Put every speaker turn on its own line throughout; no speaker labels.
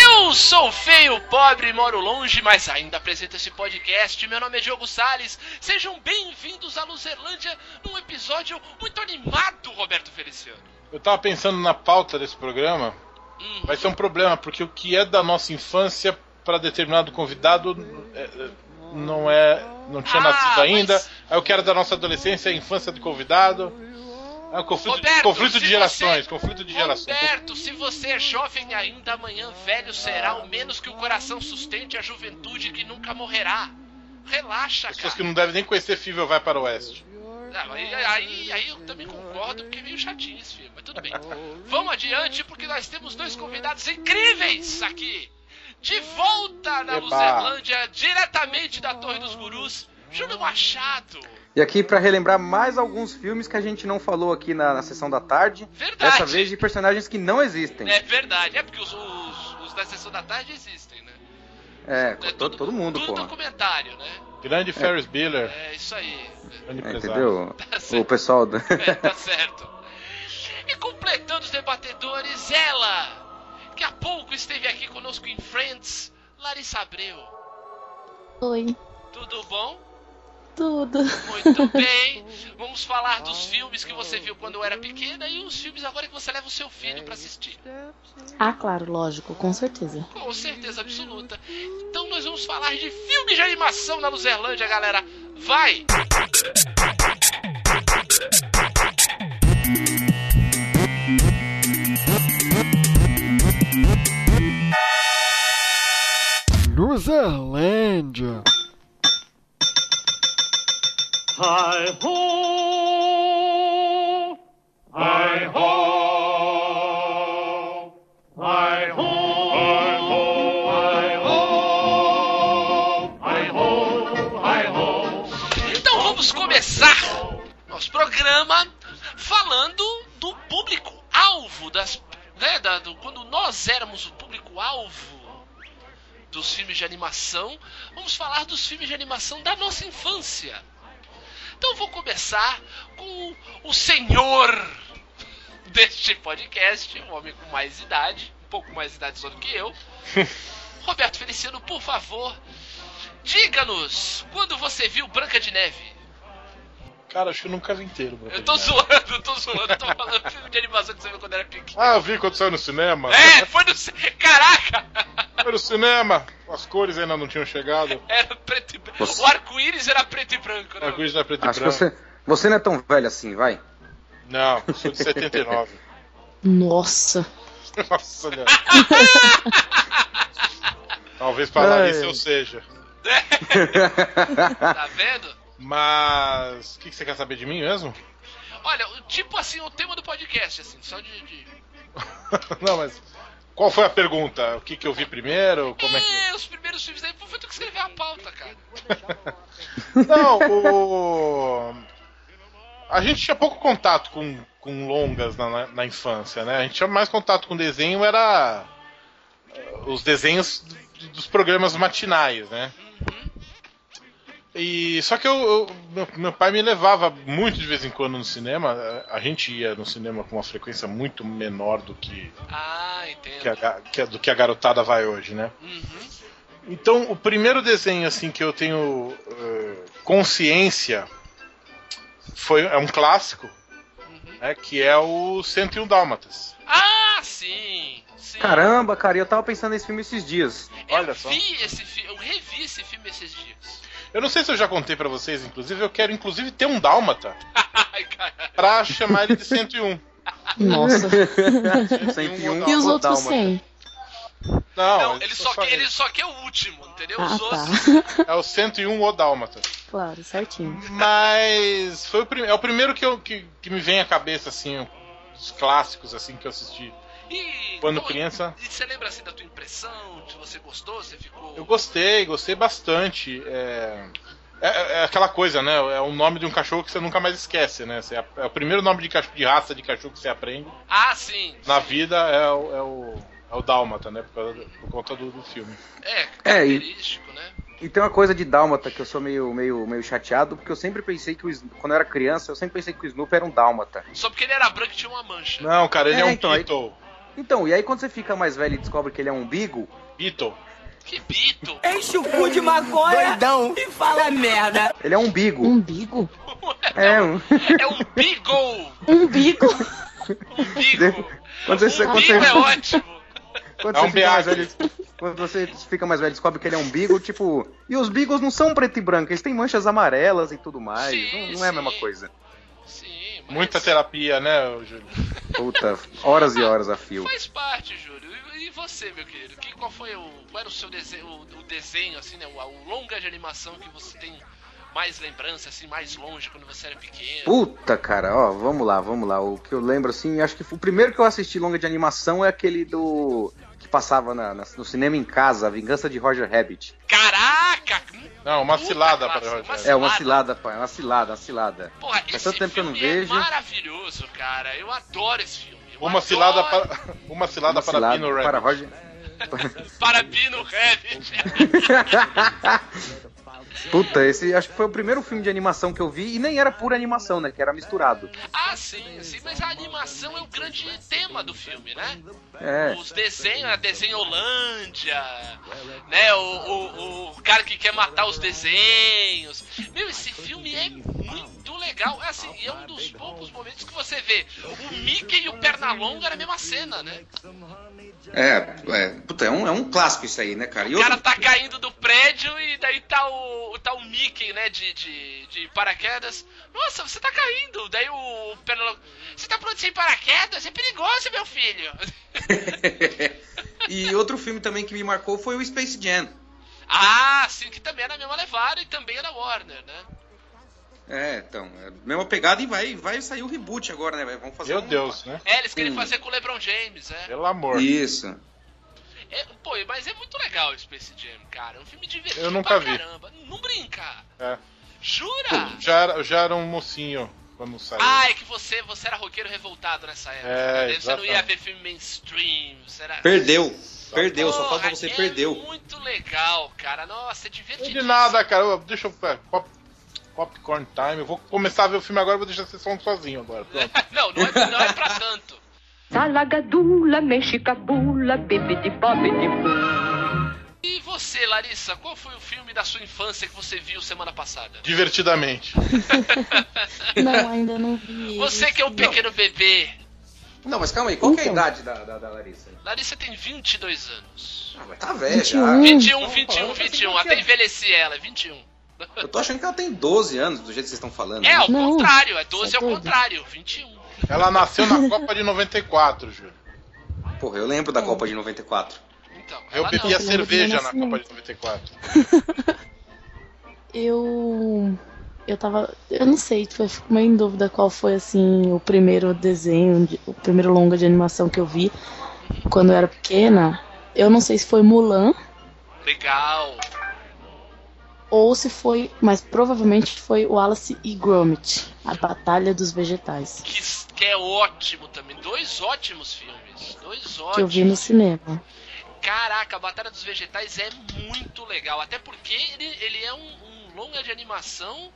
Eu sou feio, pobre, moro longe, mas ainda apresento esse podcast. Meu nome é Diogo Salles. Sejam bem-vindos à Luzerlândia num episódio muito animado, Roberto Feliciano.
Eu tava pensando na pauta desse programa.
Hum.
Vai ser um problema, porque o que é da nossa infância para determinado convidado é, é, não é. não tinha
Ah,
nascido ainda.
mas-
Aí o que era da nossa adolescência é a infância do convidado. É um conflito,
Roberto,
conflito
se
de gerações,
você-
conflito de gerações.
Roberto, se você é jovem ainda, amanhã velho será, o menos que o coração sustente a juventude que nunca morrerá. Relaxa,
Pessoas
cara.
que não devem nem conhecer Fível vai para o Oeste.
Ah, mas aí, aí eu também concordo, porque é meio chatinho esse filme, mas tudo bem. Vamos adiante, porque nós temos dois convidados incríveis aqui. De volta na
Eba.
Luzerlândia, diretamente da Torre dos Gurus, Júlio Machado.
E aqui pra relembrar mais alguns filmes que a gente não falou aqui na, na sessão da tarde,
Verdade.
dessa vez de personagens que não existem.
É verdade, é porque os, os- os da Sessão da Tarde existem, né?
É,
É
to- todo, mundo,
Tudo
pô.
documentário, né?
Grande Ferris Bueller,
É isso aí.
grande
É,
empresário.
entendeu?
Tá
O
certo.
pessoal do...
É, tá certo. E completando os debatedores, ela, que há pouco esteve aqui conosco em Friends, Larissa Abreu.
Oi,
Tudo bom?
tudo.
Muito bem. Vamos falar dos filmes que você viu quando era pequena e os filmes agora que você leva o seu filho pra assistir.
Ah, claro, lógico, com certeza.
Com certeza absoluta. Então nós vamos falar de filmes de animação na Luzerlândia, galera. Vai!
Luzerlândia.
Hi ho! Hi ho! Hi ho! Hi ho! Hi ho! Hi ho! Hi ho!
Então vamos começar nosso programa falando do público-alvo, das. Né, da- do- quando nós éramos o público-alvo dos filmes de animação, vamos falar dos filmes de animação da nossa infância. Então vou começar com o senhor deste podcast, um homem com mais idade, um pouco mais idade só do que eu. Roberto Feliciano, por favor, diga-nos quando você viu Branca de Neve.
Cara, acho que eu nunca vi inteiro, Branca
Eu tô
de Neve.
zoando, eu tô zoando, eu tô falando filme de animação que você viu quando era pequeno.
Ah, eu vi quando saiu no cinema.
É, foi no. c- Caraca!
Foi no cinema. As cores ainda não tinham chegado.
Era preto e branco.
Você-
O arco-íris era preto e branco,
A
né?
coisa era preto e
Acho que
branco.
você, você não é tão velho assim, vai.
Não, eu sou de 79.
Nossa.
Nossa, olha. Talvez pra Larissa
Ai.
eu seja.
Tá vendo?
Mas. O que, que você quer saber de mim mesmo?
Olha, o- tipo assim, o tema do podcast, assim, só de. de-
Não, mas. Qual foi a pergunta? O que, que eu vi primeiro? Como é que.
É, os primeiros filmes daí, foi tu que escreveu a pauta, cara.
Não, o. A gente tinha pouco contato com, com longas na- na, na infância, né? A gente tinha mais contato com desenho, era. eh, Os desenhos d- dos programas matinais, né? E só que eu, eu- meu, meu pai me levava muito de vez em quando no cinema. eh, A- A gente ia no cinema com uma frequência muito menor do que,
Ah,
que a
entendo.
ga- que a- do que a garotada vai hoje, né?
Uhum.
Então, o primeiro desenho assim que eu tenho eh, consciência foi é um clássico,
Uhum.
né, que é o 101 Dálmatas.
Ah, sim! sim.
Caramba, cara, eu tava pensando nesse filme esses dias.
olha
eu
só.
vi esse filme, eu revi esse filme esses dias.
Eu não sei se eu já contei pra vocês, inclusive, eu quero inclusive ter um dálmata
Ai, cara.
pra chamar ele de 101.
Nossa.
101
E os
Dálmata.
outros 100?
Não,
Não, ele só, quer,
é-
ele só quer o último, entendeu?
Ah,
Os outros
tá.
é o 101 O Dálmata.
Claro, certinho.
Mas foi o prim... é o primeiro que, eu, que, que me vem à cabeça, assim, os clássicos assim que eu assisti
E,
quando
bom,
criança.
E você lembra assim da tua impressão? Se você gostou, você ficou.
Eu gostei, gostei bastante. É... é- é aquela coisa, né? É o nome de um cachorro que você nunca mais esquece, né? Você- É o primeiro nome de, cachorro, de raça de cachorro que você aprende
Ah, sim.
na vida é o, é o, é o Dálmata, né? Por, causa do- por conta do, do filme.
É,
É, e-
característico, né?
E tem uma coisa de dálmata que eu sou meio, meio, meio chateado, porque eu sempre pensei que o Snoopy, quando eu era criança, eu sempre pensei que o Snoopy era um dálmata.
Só porque ele era branco e tinha uma mancha.
Não, cara, ele é,
É,
um
então, aí-
Beatle.
Então, e aí quando você fica mais velho e descobre que ele é um umbigo,
Beatle.
Que bito!
É
Enche o cu de maconha e fala merda.
ele é um umbigo.
Umbigo?
É, um...
É um beagle!
Umbigo?
Um bigo!
Quando você-
um
quando
bigo
você-
é ótimo!
quando,
É
você
um
fica mais
beagle.
velho, quando você fica mais velho e descobre que ele é um umbigo, tipo... E os bigos não são preto e branco, eles têm manchas amarelas e tudo mais.
Sim,
não, não é a
sim.
mesma coisa.
Sim, mas
Muita terapia, né, Júlio?
Puta, horas e horas a fio.
Faz parte, Júlio. E, e você, meu querido? Que, qual foi o. Qual era o seu desenho, o, o desenho, assim, né? O, o longa de animação que você tem mais lembrança, assim, mais longe quando você era pequeno?
Puta, cara, ó, vamos lá, vamos lá. O que eu lembro, assim, acho que o primeiro que eu assisti longa de animação é aquele do. que passava na- na- no cinema em casa, A Vingança de Roger Rabbit.
Caraca! Hum,
Não, uma
Puta
cilada
classe,
para
uma
Rogério.
É, uma
Cilada.
cilada, pai, uma cilada, uma cilada.
Porra, esse
tanto tempo que eu não
filme
vejo.
é maravilhoso, cara. Eu adoro esse filme. Eu
Uma
adoro
cilada para uma cilada
Uma
para
cilada
Pino Rabbit.
para Roger.
Para Bino Rabbit.
Puta, esse acho que foi o primeiro filme de animação que eu vi e nem era pura animação, né? Que era misturado.
Ah, sim, sim, mas a animação é o grande tema do filme, né?
É.
Os desenhos, a desenholândia, né? O, o, o cara que quer matar os desenhos. Meu, esse filme é muito legal. É assim, e é um dos poucos momentos que você vê o Mickey e o Pernalonga na mesma cena, né?
É, é. Puta, é um, é um clássico isso aí, né, cara? E
O cara tá caindo do prédio e daí tá o, tá o Mickey, né, de, de, de paraquedas. Nossa, você tá caindo. Daí o Pernalonga... Você tá pulando sem paraquedas? É perigoso, meu filho.
e outro filme também que me marcou foi o Space Jam.
Ah, sim, que também era a mesma levada e também era Warner, né?
É, então, é mesma pegada e vai, vai sair o reboot agora, né? Vamos
Meu Deus, né?
É, eles querem
Hum.
fazer com o LeBron James, é.
Pelo amor.
Isso.
É, Pô, mas é muito legal o Space Jam, cara. É um filme divertido
Eu nunca
pra
vi.
caramba. Não brinca.
É.
Jura?
Já era, eu já era um mocinho quando saiu.
Ah, é que você, você era roqueiro revoltado nessa época.
É,
né? Você não ia
exatamente.
ver filme mainstream. Você era...
Perdeu. Perdeu, só
Porra,
falta você
é
perdeu.
muito legal, cara. Nossa, é
Não é
divertido.
de nada, cara. Eu- Deixa eu. é, pop- popcorn time. Eu vou começar a ver o filme agora, vou deixar vocês falando sozinho agora. Pronto.
não, não é, não é pra tanto.
Salagadula, mexicabula, bibidi bobidi
E você, Larissa, qual foi o filme da sua infância que você viu semana passada?
Divertidamente.
Não, ainda não vi.
Você que é um pequeno bebê.
Não, mas calma aí, qual que é a
Então.
idade da, da, da Larissa?
Larissa tem 22 anos.
Ah, mas tá velha
21.
já.
21,
Então,
21,
falando assim,
21.
por quê?
Até envelheci ela, 21.
Eu tô achando que ela tem 12 anos, do jeito que vocês estão falando. né?
É, ao
Não,
contrário, é 12
você é
ao
doido.
contrário, 21.
Ela nasceu na Copa de 94, Júlio.
Porra, eu lembro da Copa de 94.
Então,
Eu
ela não.
bebia
não.
cerveja na
Eu não
Copa de 94.
Eu. Eu tava. Eu não sei, tipo, eu fico meio em dúvida qual foi, assim, o primeiro desenho, de- o primeiro longa de animação que eu vi quando eu era pequena. Eu não sei se foi Mulan
Legal.
ou se foi. Mas provavelmente foi Wallace e Gromit A Batalha dos Vegetais.
Que, que é ótimo também. Dois ótimos filmes. Dois ótimos.
Que eu vi no cinema.
Caraca, a Batalha dos Vegetais é muito legal. Até porque ele, ele é um, um longa de animação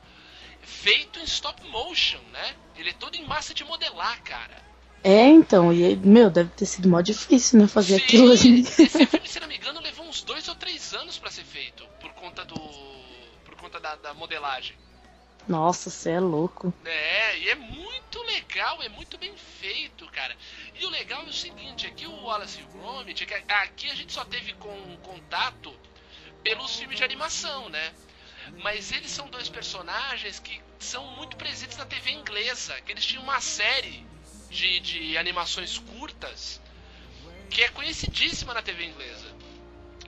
feito em stop motion, né? Ele é todo em massa de modelar, cara.
É, então, e aí, meu, deve ter sido mó difícil, né? Fazer
Sim,
aquilo ali.
Esse filme, se não me engano, levou uns dois ou três anos pra ser feito, por conta do. por conta da, da modelagem.
Nossa, você é louco.
É, e é muito legal, é muito bem feito, cara. E o legal é o seguinte, aqui o Wallace e o Gromit, é que aqui a gente só teve com contato pelos filmes de animação, né? Mas eles são dois personagens que são muito presentes na TV inglesa, que eles tinham uma série de, de animações curtas que é conhecidíssima na TV inglesa.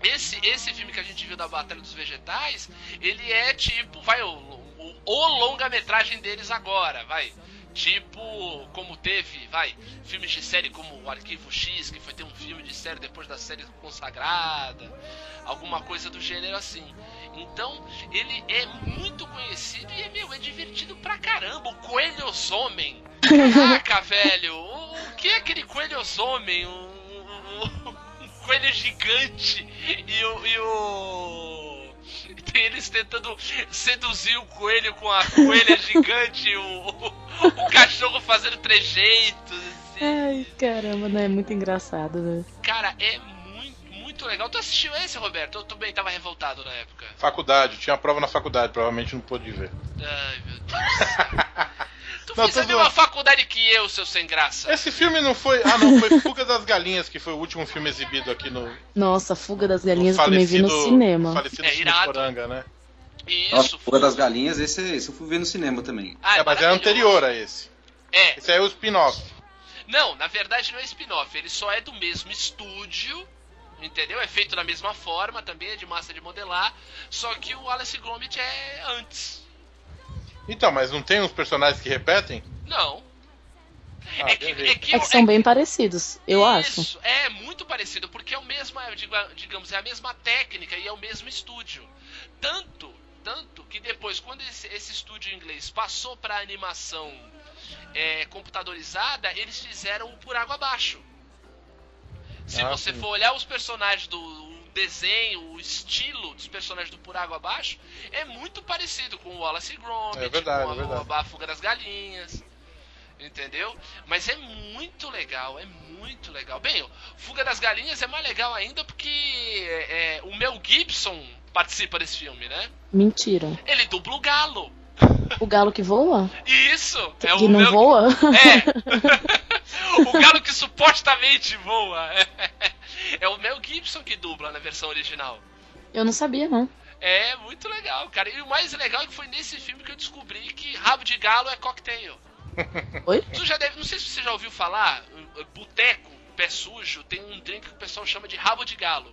Esse, esse filme que a gente viu da Batalha dos Vegetais, ele é tipo, vai, o, o, o longa-metragem deles agora, vai. Tipo, como teve, vai, filmes de série como o Arquivo X, que foi ter um filme de série depois da série consagrada, alguma coisa do gênero assim. Então, ele é muito conhecido e, meu, é divertido pra caramba. O Coelhos Homem. Caraca, velho, o, o que é aquele Coelhos Homem? Um, um- um- um coelho gigante e o. E o... eles tentando seduzir o coelho com a coelha gigante, o, o, o cachorro fazendo trejeitos. Assim.
Ai, caramba, né? É muito engraçado, né?
Cara, é muito, muito legal. Tu assistiu esse, Roberto? Eu também tava revoltado na época.
Faculdade, tinha prova na faculdade, provavelmente não pôde ver.
Ai, meu Deus. Tu
Não,
fez a
tô
mesma
zoando.
faculdade que eu, seu sem graça.
Esse filme não foi. Ah, não, foi Fuga das Galinhas, que foi o último filme exibido aqui no,
Nossa, Fuga das
no
Galinhas eu também vi
falecido.
no cinema.
Falecido
É irado.
Cinema né?
Isso.
Nossa, Fuga das Galinhas, esse, esse eu fui ver no cinema também.
Ah,
é, mas é
maravilhoso.
anterior a esse.
É,
Esse aí é o spin-off.
Não, na verdade não é spin-off, ele só é do mesmo estúdio, entendeu? É feito da mesma forma também, é de massa de modelar, só que o Alice Gromit é antes.
Então, mas não tem uns personagens que repetem?
Não.
Ah,
é, que,
beleza.
é que-
É que são bem parecidos, eu acho.
Isso, é muito parecido, porque é o mesmo, é, diga- digamos, é a mesma técnica e é o mesmo estúdio. Tanto, tanto que depois, quando esse, esse estúdio inglês passou pra animação é, computadorizada, eles fizeram o por água abaixo. Se
Ah,
você
sim.
for olhar os personagens do o desenho, o estilo dos personagens do Por Água Abaixo, é muito parecido com o Wallace e Gromit,
É verdade,
com a,
é verdade.
a Fuga das Galinhas, entendeu? Mas é muito legal, é muito legal. Bem, o Fuga das Galinhas é mais legal ainda porque é, é, o Mel Gibson participa desse filme, né?
Mentira.
Ele dubla o galo.
O galo que voa?
Isso! é
que
o
não
Mel...
voa?
É! o galo que supostamente voa. É o Mel Gibson que dubla na versão original.
Eu não sabia, não.
É muito legal, cara. E o mais legal é que foi nesse filme que eu descobri que rabo de galo é cocktail.
Oi?
Tu já deve, não sei se você já ouviu falar, eh, boteco, pé sujo, tem um drink que o pessoal chama de rabo de galo.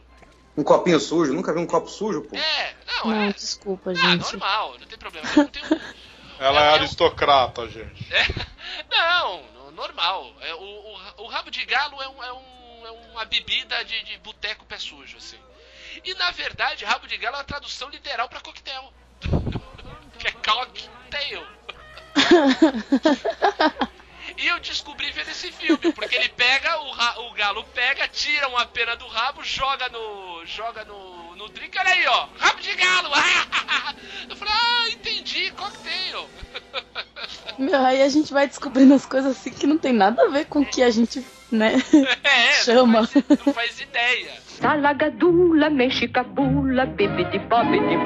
Um copinho sujo, nunca vi um copo sujo, pô.
É, não,
Não,
é.
desculpa,
Ah,
gente.
normal, não tem problema. Não, tem um-
Ela é
Eu- eu-
aristocrata, gente.
não, no- normal. É, o, o- o rabo de galo é, um- é um- é uma bebida de, de boteco pé sujo, assim. E na verdade, rabo de galo é uma tradução literal pra coquetel. que é cocktail. E eu descobri vendo esse filme, porque ele pega, o, ra- o galo pega, tira uma pena do rabo, joga no. joga no. no drink, olha aí, ó, rabo de galo! Eu falei, ah, entendi, cocktail.
Meu, aí a gente vai descobrindo as coisas assim que não tem nada a ver com o que a gente, né?
É,
Chama.
Não faz, não faz ideia.
Salagadula, mexicabula, bibidi bobidi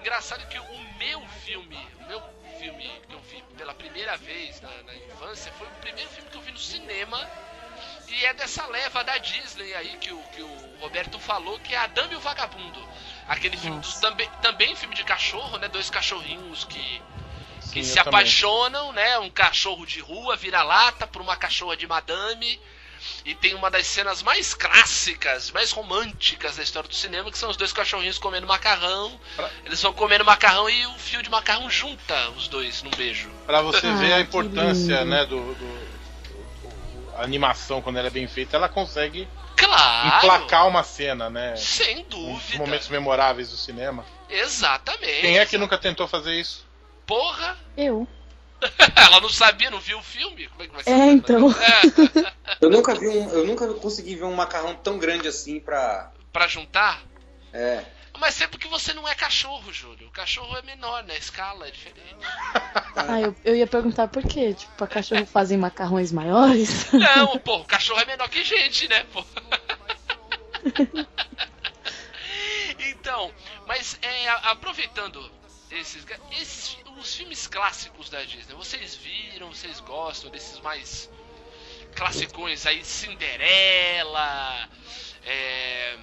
Engraçado que o meu filme, o meu filme que eu vi pela primeira vez na, na infância, foi o primeiro filme que eu vi no cinema. E é dessa leva da Disney aí que o, que o Roberto falou, que é a Dama e o Vagabundo. Aquele filme dos, também, também filme de cachorro, né? Dois cachorrinhos que, que
Sim,
se
eu também.
apaixonam, né? Um cachorro de rua vira lata por uma cachorra de madame. E tem uma das cenas mais clássicas, mais românticas da história do cinema, que são os dois cachorrinhos comendo macarrão.
Pra-
Eles vão comendo macarrão e o fio de macarrão junta os dois num beijo.
Pra você
Ah,
ver a
que
importância,
lindo.
né, do. do- do- a animação, quando ela é bem feita, ela consegue
Claro!
emplacar uma cena, né?
Sem
Um dos
dúvida.
momentos memoráveis do cinema.
Exatamente.
Quem é que nunca tentou fazer isso?
Porra!
Eu.
Ela não sabia, não viu o filme? Como é que vai ser?
É, então.
É,
Eu nunca vi um, eu nunca consegui ver um macarrão tão grande assim pra.
pra juntar?
É.
Mas sempre que você não é cachorro, Júlio. O cachorro é menor, né? A escala é diferente.
Ah, eu, eu ia perguntar por quê? Tipo, pra cachorro fazem macarrões maiores?
Não, pô, o cachorro é menor que gente, né, pô? Então, mas é, a- aproveitando esses, esses os filmes clássicos da Disney, vocês viram, vocês gostam desses mais classicões aí, Cinderela, é,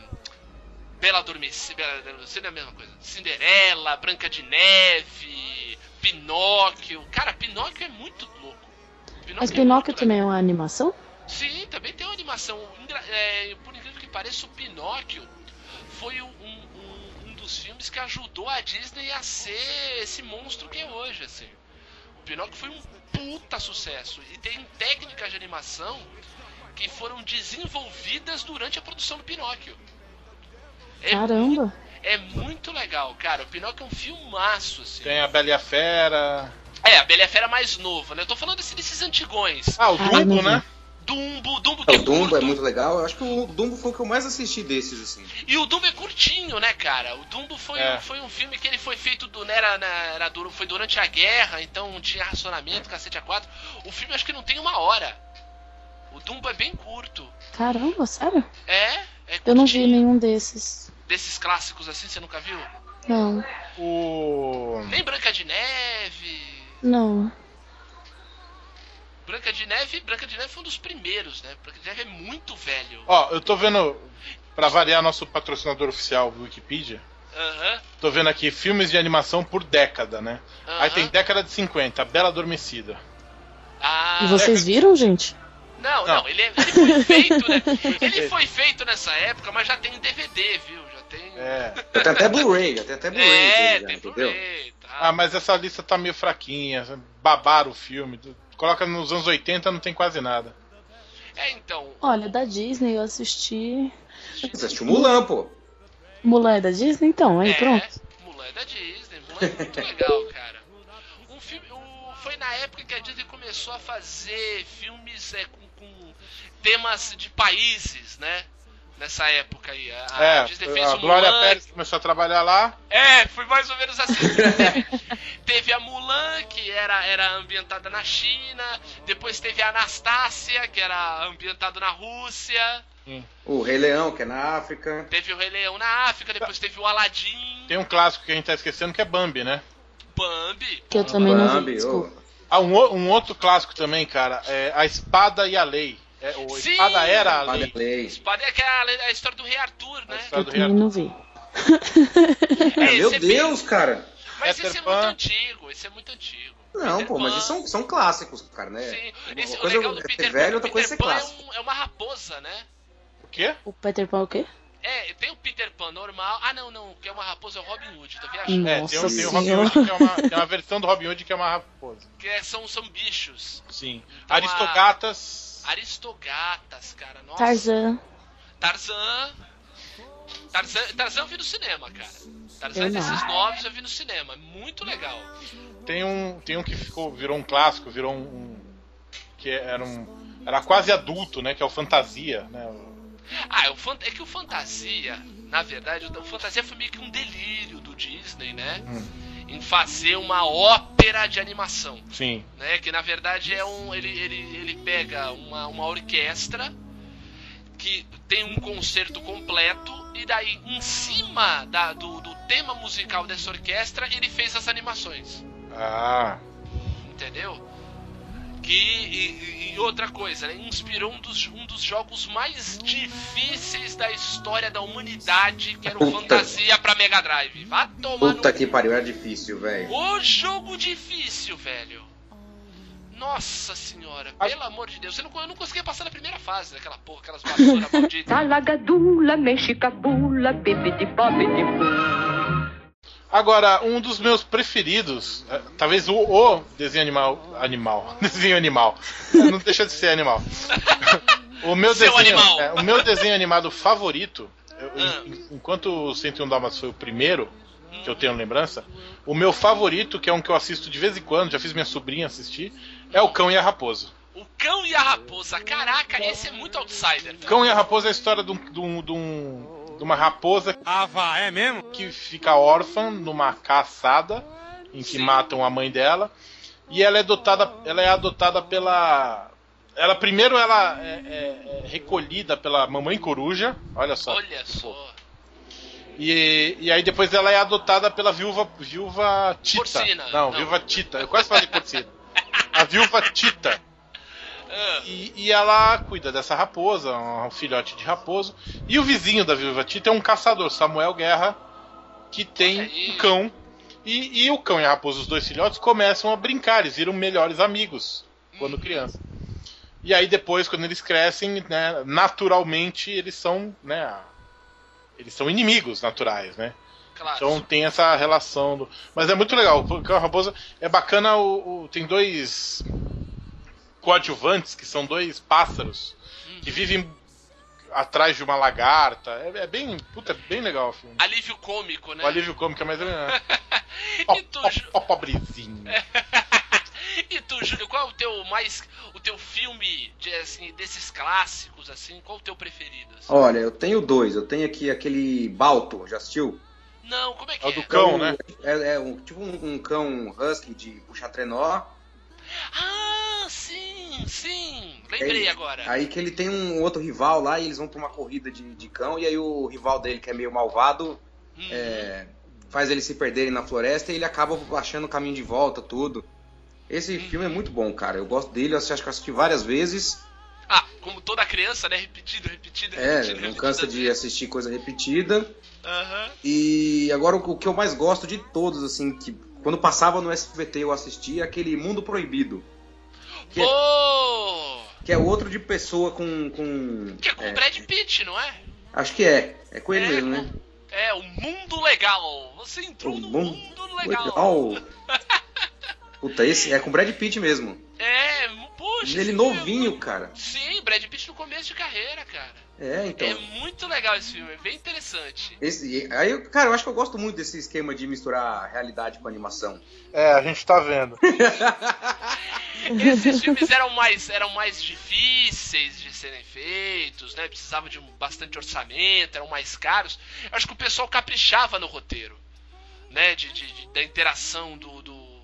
Bela Adormecida, Bela Adormecida é a mesma coisa, Cinderela, Branca de Neve, Pinóquio, cara, Pinóquio é muito louco.
Mas
é
Pinóquio
muito
também é uma animação?
Sim, também tem uma animação. Engra- é, por incrível que pareça, o Pinóquio foi um, um- um- um dos filmes que ajudou a Disney a ser esse monstro que é hoje, assim. O Pinóquio foi um puta sucesso. E tem técnicas de animação que foram desenvolvidas durante a produção do Pinóquio. É,
Caramba.
é muito legal, cara. O Pinóquio é um filmaço, assim.
Tem a Bela e a Fera.
É, a Bela e a Fera é mais novo, né? Eu tô falando assim, desses antigões.
Ah, o
Ah, não
Dumbo,
vi.
né?
Dumbo. Dumbo que
É,
é
O Dumbo é
curto.
muito legal. Eu acho que o Dumbo foi o que eu mais assisti desses, assim.
E o Dumbo é curtinho, né, cara? O Dumbo foi,
É.
foi um filme que ele foi feito do, né, era, na- era duro, foi durante a guerra, então tinha racionamento, cacete a quatro. O filme acho que não tem uma hora. O Dumbo é bem curto.
Caramba, sério?
É? é
Eu não vi
curtinho.
nenhum desses.
Desses clássicos assim, você nunca viu?
Não,
O.
Nem Branca de Neve.
não.
Branca de Neve, Branca de Neve foi um dos primeiros, né? Branca de Neve é muito velho.
Ó, eu tô vendo. Pra variar nosso patrocinador oficial do Wikipedia,
Aham.
tô vendo aqui filmes de animação por década, né? Aí
aham.
tem década de 50, Bela Adormecida.
Ah,
E vocês viram, gente?
Não,
Não.
não, ele, é- ele foi feito, né? Ele foi feito nessa época, mas já tem um em DVD, viu? Já tem.
É.
Já tem até Blu-ray, já tem até Blu-ray,
É,
dele já,
tem
entendeu?
Blu-ray, tá?
Ah, mas essa lista tá meio fraquinha. Babaram o filme. Coloca nos anos 80, não tem quase nada.
É, então.
Olha, da Disney eu assisti.
Você assistiu Mulan, pô.
Mulan é da Disney? Então, aí
é,
pronto.
Mulan é da Disney, Mulan é muito legal, cara. Um filme, o- foi na época que a Disney começou a fazer filmes é, com, com temas de países, né? Nessa época aí. A, a
é,
Disney fez
a
o
Glória
Mulan,
Pérez começou a trabalhar lá.
É, foi mais ou menos assim. teve, teve a Mulan, que era, era ambientada na China. Depois teve a Anastácia, que era ambientada na Rússia.
O Rei Leão, que é na África.
Teve o Rei Leão na África. Depois teve o Aladdin.
Tem um clássico que a gente tá esquecendo que é Bambi, né?
Bambi.
Que eu também não vi,
ô.
desculpa.
Ah, um, o- um outro clássico também, cara, é A Espada e a Lei. É, o
Sim!
Espada era a
Padre
Lei.
Leis.
Espada é aquela, a história do Rei Arthur, né?
A
Eu
história do Rei
também
Arthur.
não vi.
É,
Meu
esse é bem-
Deus, cara.
mas esse é
Peter
muito
Pan.
antigo, esse é muito antigo.
Não,
Peter
pô, mas
Pan,
isso são, são clássicos, cara, né?
Sim,
Uma
esse, o
coisa
legal do
é ser
Peter
velho,
Pan,
outra
o
coisa é ser
Peter Pan é,
clássico.
um- é uma raposa, né?
O quê?
O Peter Pan é o quê?
É, tem o Peter Pan normal. Ah, não, não, o que é uma raposa é o Robin Hood, tá viajando?
É,
Nossa
tem, um- tem o Robin
senhora.
Hood, que é uma, tem uma versão do Robin Hood que é uma raposa.
Que é- são, são bichos.
Sim.
a-
Aristogatas.
Aristogatas, cara, nossa.
Tarzan.
Tarzan. Tarzan, Tarzan eu vi no cinema, cara. Tarzan
Eu não.
desses novos eu vi no cinema. é Muito legal.
Tem um, tem um que ficou, virou um clássico, virou um. um- que era um. Era quase adulto, né? Que é o Fantasia, né? o-
Ah, o fan- é que o Fantasia, na verdade, o Fantasia foi meio que um delírio do Disney, né? Em fazer uma ópera de animação,
Sim.
né? Que na verdade é um. Ele, ele, ele pega uma, uma orquestra que tem um concerto completo, e daí, em cima da- do, do tema musical dessa orquestra, ele fez as animações.
Ah.
Entendeu? Que, e, e- e outra coisa, né? inspirou um dos, um dos jogos mais difíceis da história da humanidade, que era o
Puta.
Fantasia pra Mega Drive. Vá tomar
Puta
no...
que pariu, era difícil, velho.
O jogo difícil, velho. Nossa senhora,
Ah.
pelo amor de Deus. Eu não, eu não conseguia passar na primeira fase daquela porra, aquelas vassouras malditas.
Salagadula, mexicabula, bibidi-bobidi-boo.
Agora, um dos meus preferidos, eh, talvez o, o desenho animal. Animal. Desenho animal. Eh, Não deixa de ser animal. O meu,
Seu
desenho,
animal.
eh, o meu desenho animado favorito, eu-
Ah. Hum.
en- enquanto o 101 Dalmas foi o primeiro, que eu tenho lembrança, o meu favorito, que é um que eu assisto de vez em quando, já fiz minha sobrinha assistir, é o Cão e a Raposa.
O cão e a raposa. Caraca, esse é muito outsider. velho.
Cão e a Raposa é a história de, um, de, um- de um- de uma raposa
Ah, vá, é mesmo?
que fica órfã numa caçada em que matam a mãe dela e ela é adotada ela é adotada pela ela primeiro ela é, é- é recolhida pela mamãe coruja olha só
Olha só.
e, e aí depois ela é adotada pela viúva viúva Tita
Porcina,
não,
não.
viúva Tita eu quase falei porcina a viúva Tita
Ah,
e, e ela cuida dessa raposa, um filhote de raposo. E o vizinho da Viúva Tita é um caçador, Samuel Guerra, que
Olha
tem
aí.
um cão. E, e o cão e a raposa, os dois filhotes, começam a brincar, eles viram melhores amigos quando criança. E aí depois, quando eles crescem, né, naturalmente eles são, né, a- eles são inimigos naturais, né?
claro.
Então tem essa relação. do- Mas é muito legal. O Cão Raposa é bacana. O, o- Tem dois coadjuvantes, que são dois pássaros, que
Uhum.
vivem atrás de uma lagarta. É, é bem. Puta, é bem legal o filme.
Alívio cômico, Ah, né?
O alívio cômico é mais.
E tu, Ju? É.
Ó, pobrezinho.
E tu, Júlio, qual é o teu mais. o teu filme de, assim, desses clássicos, assim, qual o teu preferido? assim?
Olha, eu tenho dois. Eu tenho aqui aquele Balto, já assistiu?
Não, como é que
É
é?
o do cão, né?
É, é um, tipo um, um cão husky de puxar trenó.
Ah, sim, sim. Lembrei
Ele-
agora.
Aí que ele tem um outro rival lá e eles vão pra uma corrida de, de cão. E aí o rival dele, que é meio malvado,
Hum.
é, faz eles se perderem na floresta e ele acaba achando o caminho de volta, tudo. Esse
Uhum.
filme é muito bom, cara. Eu gosto dele, eu acho que eu assisti várias vezes.
Ah, como toda criança, né? Repetido, repetido,
É,
repetido.
não
repetido.
cansa de assistir coisa repetida.
Aham.
E agora o que eu mais gosto de todos, assim, que quando passava no SBT eu assistia, é aquele Mundo Proibido. Que- é-
Pô!
Que é outro de pessoa com. com
Que é com o
é,
Brad Pitt, não é?
acho que é. É com ele
É,
mesmo,
com-
né?
É, o mundo legal. Você entrou
O
no
Mundo
mundo legal.
Oh. Puta, esse é com o Brad Pitt mesmo.
É, puxa. esse
Ele novinho, cara.
filme- Sim, Brad Pitt no começo de carreira, cara.
É, então.
É muito legal esse filme, é bem interessante.
Esse, aí, eu- cara, eu acho que eu gosto muito desse esquema de misturar realidade com animação.
É, a gente tá vendo.
Esses filmes eram mais, eram mais difíceis de serem feitos, né? Precisava de um- bastante orçamento, eram mais caros. Eu acho que o pessoal caprichava no roteiro, né? De, de- de- da interação do, do,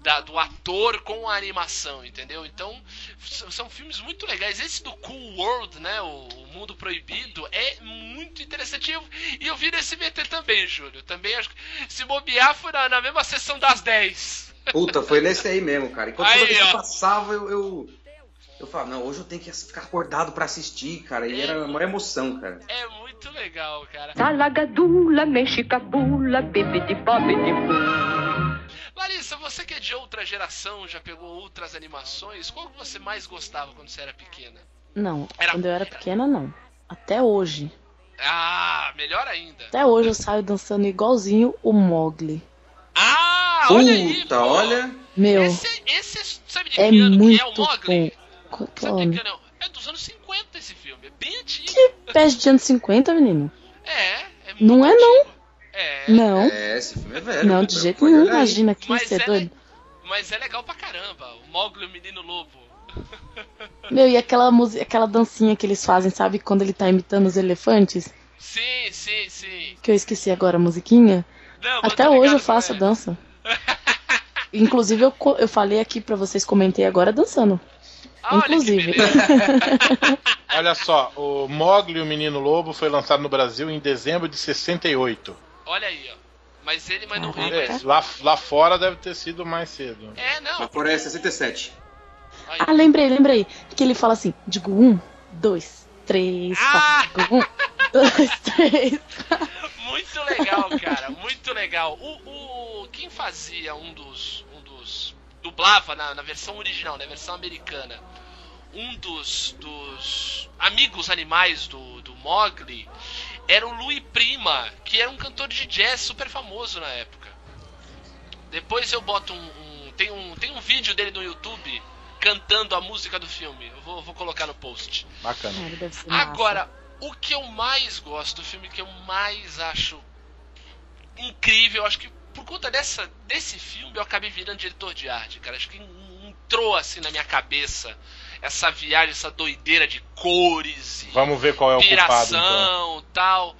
da- do ator com a animação, entendeu? Então, s- são filmes muito legais. Esse do Cool World, né? O, o Mundo Proibido, é muito interessante. E eu, e eu vi no SBT também, Júlio. Também acho que se bobear foi na, na mesma sessão das 10.
Puta, foi nesse aí mesmo, cara. Enquanto
Aí,
toda vez que
ó.
passava, eu, eu. Eu falava, não, hoje eu tenho que ficar acordado pra assistir, cara. E era uma emoção, cara.
É muito legal, cara.
Salagadula, mexicabula, bibidi bobidi
Larissa, você que é de outra geração, já pegou outras animações, qual que você mais gostava quando você era pequena?
Não,
Era-
quando eu era pequena, não. Até hoje.
Ah, melhor ainda.
Até hoje eu saio dançando igualzinho o Mogli.
Ah, olha aí,
Puta,
pô.
olha.
Meu,
Esse, esse, sabe de
é
que ano que é
muito
o Mogli?
bom. Qu- que
Sabe de que
ano?
ano? é? É dos anos 50 esse filme, é bem antigo.
Peste de anos 50, menino?
É, é muito
Não é, não.
antigo. É,
Não,
É, esse filme é velho.
não,
puta,
de jeito
olha
nenhum.
aí.
Imagina que
Mas
você é
é
doido.
mas é legal pra caramba, o Mogli e o Menino Lobo.
Meu, e aquela música, aquela dancinha que eles fazem, sabe? Quando ele tá imitando os elefantes?
Sim, sim, sim.
Que eu esqueci agora a musiquinha.
Não, mas
Até
tô
hoje
ligado
eu faço
qual é.
dança. Inclusive, eu, co- eu falei aqui pra vocês, comentei agora dançando.
Ah, olha que
inclusive.
beleza.
Olha só, o Mogli e o Menino Lobo foi lançado no Brasil em dezembro de 68.
Olha aí, ó. Mas ele, mas não ri,
Caraca.
mas...
É, lá, lá fora deve ter sido mais cedo.
É, não.
Mas fora é 67.
Aí.
Ah, lembrei, lembrei. Que ele fala assim: digo um, dois, três,
Ah!
quatro. Digo um, dois, três.
Muito legal, cara, muito legal. O, o- quem fazia um dos, um dos dublava na, na versão original, na versão americana, um dos, dos amigos animais do, do Mogli era o Louis Prima, que era um cantor de jazz super famoso na época. Depois eu boto um, um- tem um tem um vídeo dele no YouTube cantando a música do filme. Eu vou, vou colocar no post.
Bacana.
Cara, deve ser massa.
Agora, o que eu mais gosto, o filme que eu mais acho incrível, eu acho que por conta dessa, desse filme eu acabei virando diretor de arte, cara. Acho que en- entrou assim na minha cabeça essa viagem, essa doideira de cores e
Vamos ver qual é o culpado, então.
inspiração tal.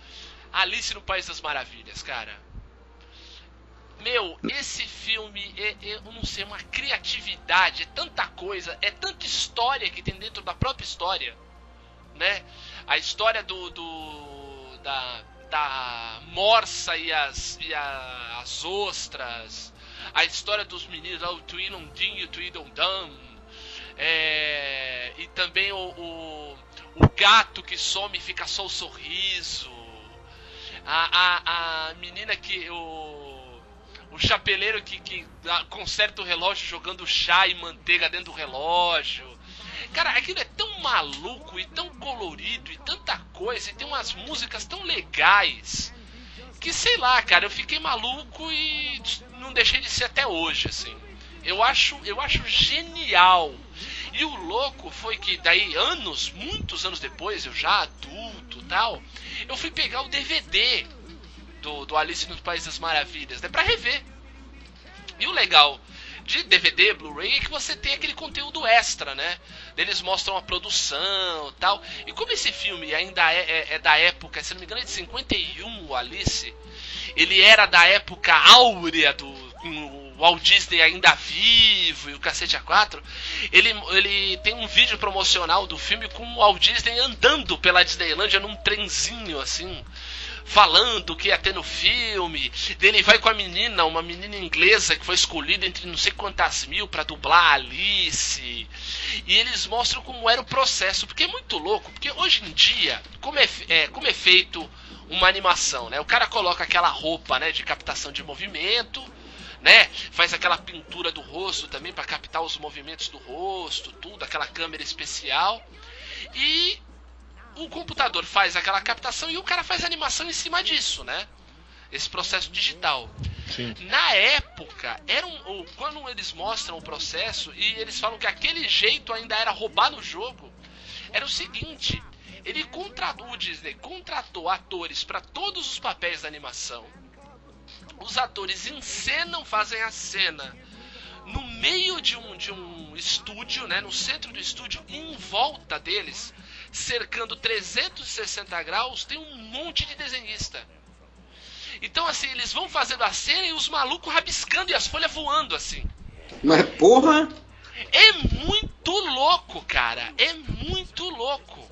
Alice no País das Maravilhas, cara. Meu, esse filme, é, é, eu não sei, é uma criatividade, é tanta coisa, é tanta história que tem dentro da própria história, né? A história do, do da, da morsa e as, e a- as ostras, a história dos meninos, lá, o Twinum Din e o Tweedledum, é, e também o, o, o gato que some e fica só o sorriso. A, a, a menina que. O, o chapeleiro que, que dá- conserta o relógio jogando chá e manteiga dentro do relógio. Cara, aquilo é tão maluco e tão colorido e tanta coisa, e tem umas músicas tão legais. Que sei lá, cara, eu fiquei maluco e não deixei de ser até hoje, assim. Eu acho, eu acho genial. E o louco foi que daí anos, muitos anos depois, eu já adulto, e tal, eu fui pegar o DVD do, do Alice no País das Maravilhas, né, para rever. E o legal de DVD, Blu-ray, é que você tem aquele conteúdo extra, né? Eles mostram a produção e tal. E como esse filme ainda é, é- é da época, se não me engano, é de 51, o Alice. Ele era da época áurea do com o Walt Disney ainda vivo e o Cacete A4. Ele, ele tem um vídeo promocional do filme com o Walt Disney andando pela Disneylândia num trenzinho assim falando o que ia ter no filme. Ele vai com a menina, uma menina inglesa que foi escolhida entre não sei quantas mil pra dublar a Alice. E eles mostram como era o processo, porque é muito louco, porque hoje em dia, como é, fe- é, como é feito uma animação, né? O cara coloca aquela roupa, né, de captação de movimento, né? Faz aquela pintura do rosto também pra captar os movimentos do rosto, tudo, aquela câmera especial. E o computador faz aquela captação e o cara faz animação em cima disso, né? Esse processo digital.
Sim.
Na época, era um- ou quando eles mostram o processo e eles falam que aquele jeito ainda era roubar no jogo, era o seguinte: ele contratou, o Disney contratou atores para todos os papéis da animação. Os atores encenam, fazem a cena no meio de um, de um estúdio, né, no centro do estúdio, e em volta deles, cercando 360 graus, tem um monte de desenhista. Então, assim, eles vão fazendo a cena e os malucos rabiscando e as folhas voando, assim.
Mas porra!
É muito louco, cara. É muito louco.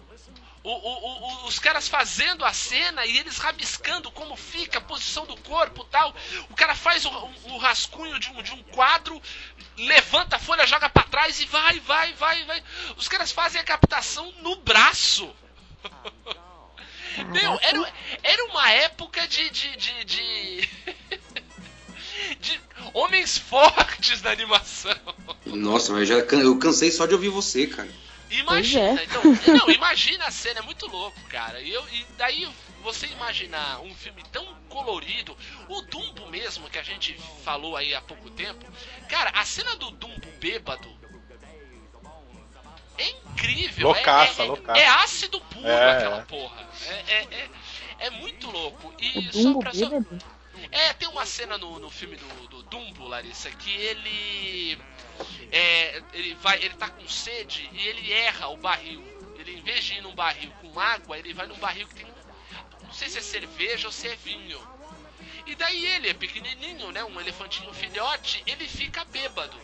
O- o- o- o- os caras fazendo a cena e eles rabiscando como fica, a posição do corpo tal. O cara faz o, o- o rascunho de um, de um quadro, levanta a folha, joga pra trás e vai, vai, vai, vai. Os caras fazem a captação no braço. Meu, era, era uma época de- de- de- de... de homens fortes na animação.
Nossa, mas já, can- eu cansei só de ouvir você, cara.
Imagina,
é.
então, não, imagina a cena, é muito louco, cara. E, eu, e daí você imaginar um filme tão colorido, o Dumbo mesmo, que a gente falou aí há pouco tempo, cara, a cena do Dumbo bêbado é incrível, é-
Loucaça,
é, é,
loucaça.
é ácido puro
É.
aquela porra. É, é- é- é muito louco.
O
E só
Dumbo
pra. só-
bêbado?
é, tem uma cena no, no filme do, do Dumbo, Larissa, que ele. É, ele vai. Ele tá com sede e ele erra o barril. Ele, em vez de ir num barril com água, ele vai num barril que tem. Não sei se é cerveja ou se é vinho. E daí ele é pequenininho, né? Um elefantinho filhote, ele fica bêbado.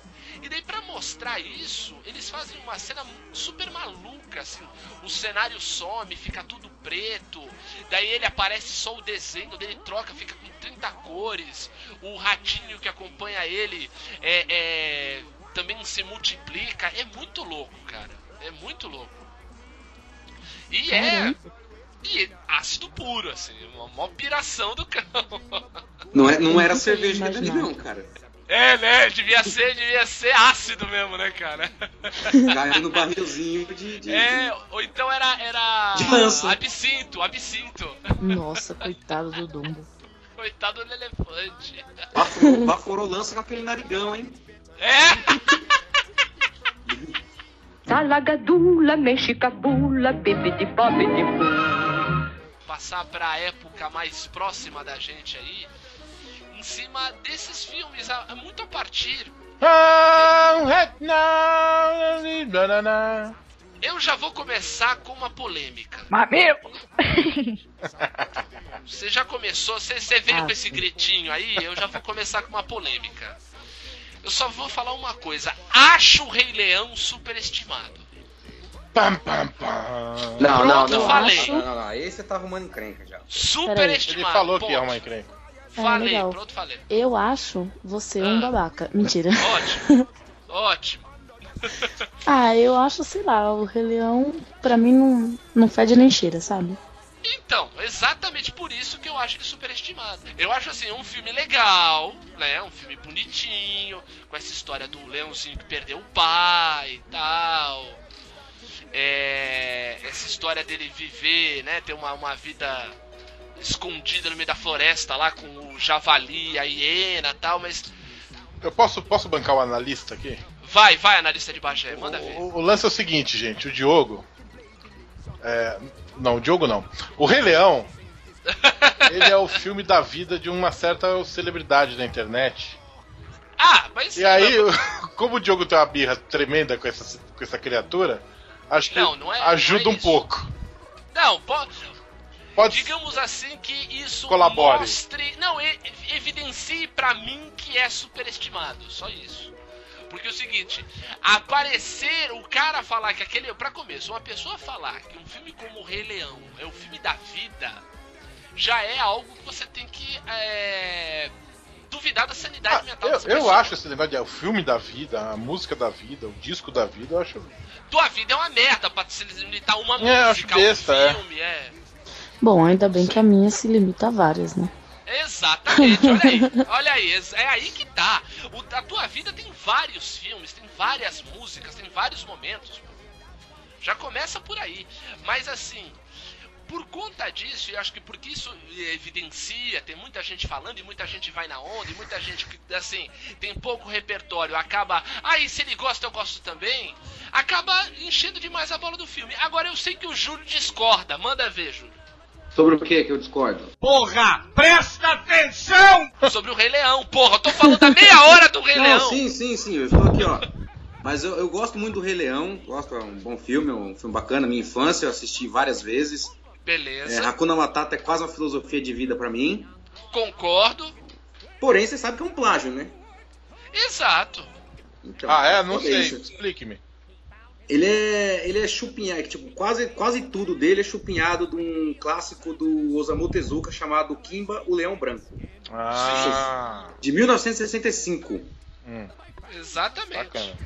E daí pra mostrar isso, eles fazem uma cena super maluca, assim. O cenário some, fica tudo preto. Daí ele aparece só o desenho dele, troca, fica com 30 cores. O ratinho que acompanha ele é, é, também se multiplica. É muito louco, cara. É muito louco. E é. E ácido puro, assim, uma mó piração do cão.
Não, é, não
Eu
era
nunca
cerveja que
ia
é dali,
imaginar.
não, cara.
É, né? Devia ser, devia ser ácido mesmo, né, cara?
Caiu no barrilzinho de. de-
É, ou então era. era
De lança.
absinto, absinto.
Nossa, coitado do Dumbo.
Coitado do elefante.
Baforou, baforou lança com aquele narigão, hein?
É!
Salagadula, mexicabula, bibidi-bobidi-boo.
Passar pra época mais próxima da gente aí, em cima desses filmes, a- muito a partir.
Ah, right now, na, na, na, na.
Eu já vou começar com uma polêmica. Você já começou, você, você veio
Ah,
com esse
sim.
gritinho aí, eu já vou começar com uma polêmica. Eu só vou falar uma coisa. Acho o Rei Leão superestimado.
Pam, pam, pam.
Não,
Pronto, falei.
Não, não, não. Aí você tá arrumando encrenca já.
Superestimado.
Ele falou que
ponto.
é uma encrenca.
Falei,
legal.
pronto, falei.
Eu acho você
Ah.
um babaca. Mentira.
Ótimo. Ótimo.
Ah, eu acho, sei lá, o Rei Leão, pra mim, não, não fede nem cheira, sabe?
Então, exatamente por isso que eu acho ele superestimado. Eu acho assim, um filme legal, né? Um filme bonitinho, com essa história do leãozinho que perdeu o pai e tal. É, essa história dele viver, né? Ter uma, uma vida escondida no meio da floresta lá com o javali, a hiena e tal, mas.
Eu posso, posso bancar o analista aqui?
Vai, vai, analista de Bagé, manda ver.
O, o- o lance é o seguinte, gente, o Diogo. é, não, o Diogo não. O Rei Leão. ele é o filme da vida de uma certa celebridade da internet.
Ah, mas.
E aí, como o Diogo tem uma birra tremenda com essa, com essa criatura, acho que
Não, não é- não
ajuda
é
um
isso.
pouco.
Não, pode.
Pode
Digamos assim que isso
Colabore.
mostre, não, e- evidencie pra mim que é superestimado, só isso. Porque é o seguinte, aparecer o cara falar que aquele, Pra começo, uma pessoa falar que um filme como o Rei Leão é o filme da vida, já é algo que você tem que é, duvidar da sanidade
Ah,
mental
eu,
dessa
eu
pessoa.
acho esse negócio de é, o filme da vida, a música da vida, o disco da vida, eu acho.
Então,
Tua vida é uma merda pra se limitar a uma
É, acho
música,
besta,
um
é.
filme, é.
Bom, ainda bem que a minha se limita a várias, né?
Exatamente, olha aí, olha aí, ex- é aí que tá. O- a tua vida tem vários filmes, tem várias músicas, tem vários momentos. Já começa por aí. Mas assim, por conta disso, e acho que porque isso eh, evidencia, tem muita gente falando e muita gente vai na onda, e muita gente que, assim, tem pouco repertório, acaba, aí se ele gosta, eu gosto também, acaba enchendo demais a bola do filme. Agora eu sei que o Júlio discorda, manda ver, Júlio.
Sobre o que que eu discordo?
sobre o Rei Leão, porra. Eu tô falando da meia hora do Rei
Não,
Leão.
sim, sim, sim, eu estou aqui, ó. Mas eu, eu gosto muito do Rei Leão, gosto, é um bom filme, é um filme bacana. Minha infância, eu assisti várias vezes. É,
Beleza,
Hakuna Matata é quase uma filosofia de vida pra mim.
É.
concordo.
Porém, você sabe que é um plágio, né?
Exato.
Então,
Ah, é? Não
é
sei.
isso.
Explique-me.
Ele é, ele é chupinhado, que, tipo, quase, quase tudo dele é chupinhado de um clássico do Osamu Tezuka chamado Kimba, o Leão Branco,
Ah.
de 1965,
Hum,
Exatamente.
bacana.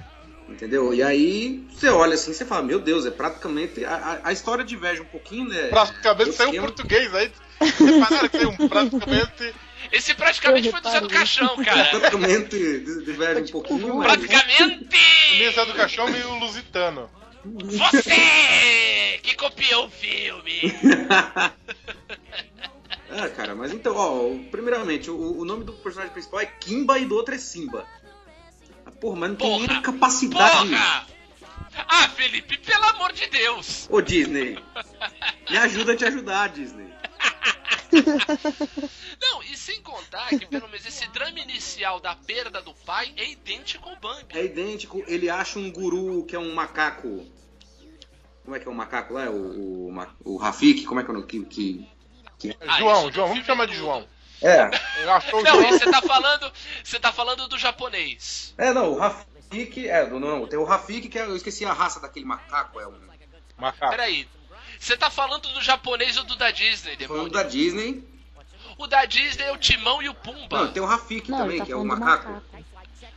entendeu? E aí você olha assim, você fala, meu Deus, é praticamente... A, a- a história diverge um pouquinho, né?
Praticamente
Eu
saiu um
fiquei-
português aí. Repararam que saiu um praticamente.
Esse praticamente
Eu
foi do Zé do
reparei.
Caixão, cara.
Praticamente di- diverge um
Tipo,
pouquinho, mas...
Praticamente!
O Mesa do Caixão meio lusitano.
Você que copiou o filme!
Ah, cara, mas então, ó, primeiramente, o, o nome do personagem principal é Kimba e do outro é Simba. Ah, Porra, mas não tem nem
Porra.
a capacidade...
Porra! Ah, Felipe, pelo amor de Deus!
Ô Disney, me ajuda a te ajudar, Disney.
Não, e sem contar que pelo menos esse drama inicial da perda do pai é idêntico ao Bambi.
É idêntico, ele acha um guru que é um macaco. Como é que é o macaco lá? É O, o, ma- o Rafik? Como é que é o nome? Que, que...
Ah, isso
João,
do
João,
filme
vamos chamar de
tudo.
João.
É.
Ele achou o
Não, e
João.
você tá falando. Você tá falando do japonês.
É, não, o Rafik. É, não, não, tem o Rafik que é, eu esqueci a raça daquele macaco. É um.
Macaco.
Peraí. Você tá falando do japonês ou do da Disney,
Foi um
demônio?
da Disney.
O da Disney é o Timão e o Pumba.
Não, tem o Rafik
Não,
também,
ele tá
que é o
falando do
macaco.
macaco.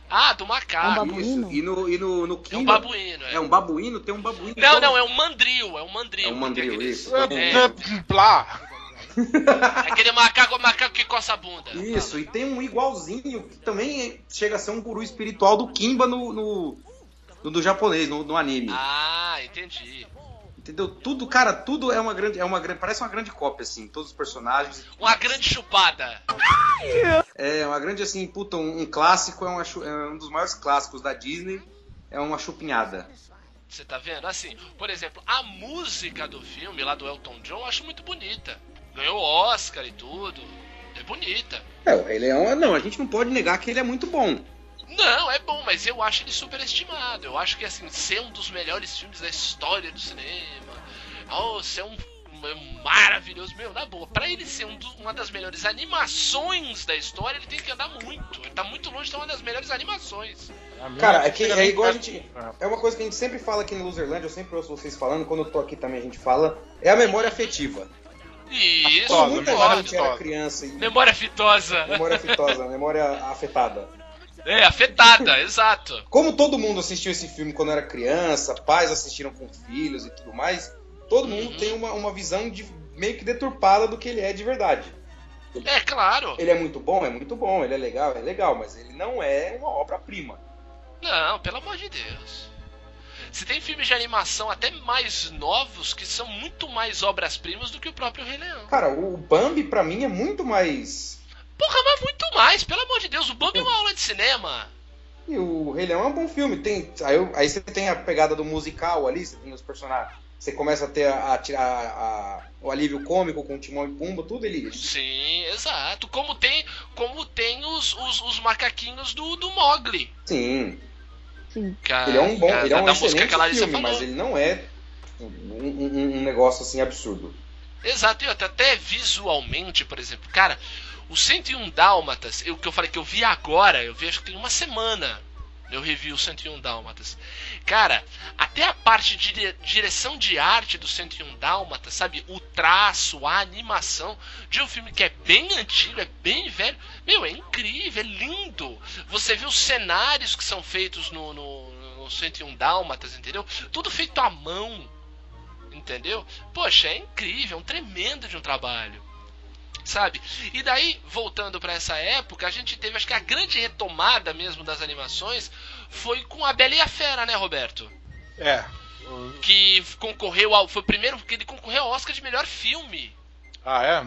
Ah, do
É um
macaco.
babu- Babuíno?
Isso. E no, e no, no
É um
Kimba.
babuíno, é.
É um babuíno, tem um babuíno.
Não, não, é um mandril, é um mandril.
É um mandril,
Aquele-
isso.
É.
Plá.
Aquele macaco é o macaco que coça a bunda.
Isso, e tem um igualzinho que também é- chega a ser um guru espiritual do Kimba no. no no do japonês, no, no anime.
Ah, entendi.
Entendeu? Tudo, cara, tudo é uma grande. É uma grande. Parece uma grande cópia, assim, todos os personagens.
Uma grande chupada.
É uma grande, assim, puta, um, um clássico, é, uma chu- é um dos maiores clássicos da Disney. É uma chupinhada.
Você tá vendo? Assim, por exemplo, a música do filme lá do Elton John eu acho muito bonita. Ganhou Oscar e tudo. É bonita.
É, o Rei Leão, não, a gente não pode negar que ele é muito bom.
Não, é bom, mas eu acho ele superestimado. Eu acho que, assim, ser um dos melhores filmes da história do cinema, oh, ser um, um maravilhoso, meu, na boa. Pra ele ser um do- uma das melhores animações da história, ele tem que andar muito. Ele tá muito longe de ser uma das melhores animações.
Cara, é que é igual a
gente.
gente. É uma coisa que a gente sempre fala aqui no Loserland, eu sempre ouço vocês falando, quando eu tô aqui também a gente fala, é a memória afetiva.
E isso,
Foda,
Quando muita
memória
concordo.
gente era
afetiva.
criança e.
Memória fitosa.
Memória afetosa, memória afetada.
É, afetada, exato.
Como todo mundo assistiu esse filme quando era criança, pais assistiram com filhos e tudo mais, todo mundo
Uhum.
tem uma, uma visão de- meio que deturpada do que ele é de verdade.
É claro.
Ele é muito bom, é muito bom, ele é legal, é legal, mas ele não é uma obra-prima.
Não, pelo amor de Deus. Se tem filmes de animação até mais novos que são muito mais obras-primas do que o próprio Rei Leão.
Cara, o Bambi pra mim é muito mais.
Porra, mas muito mais, pelo amor de Deus, o Bambi é uma aula de cinema.
E o Rei Leão é um bom filme. Tem, aí, eu- aí você tem a pegada do musical ali, você tem os personagens.
Você começa a ter a, a- a- a- o alívio cômico com o Timão e Pumba, tudo ele.
Sim, exato. Como tem, como tem os, os, os macaquinhos do, do Mogli.
Sim,
Sim.
ele é um bom, ele é um
da música
excelente
que a Larissa
filme,
falou.
mas ele não é um, um- um negócio assim absurdo.
Exato, e até, até visualmente, por exemplo, cara, o 101 Dálmatas, eu- que eu falei que eu vi agora, eu vi acho que tem uma semana. Eu revi o 101 Dálmatas. Cara, até a parte de dire- direção de arte do 101 Dálmatas, sabe? O traço, a animação de um filme que é bem antigo, é bem velho. Meu, é incrível, é lindo. Você vê os cenários que são feitos no, no, no 101 Dálmatas, entendeu? Tudo feito à mão, entendeu? Poxa, é incrível, é um tremendo de um trabalho. Sabe? E daí, voltando pra essa época, a gente teve, acho que a grande retomada mesmo das animações foi com a Bela e a Fera, né, Roberto?
É.
Que concorreu ao. Foi o primeiro que ele concorreu ao Oscar de melhor filme.
Ah,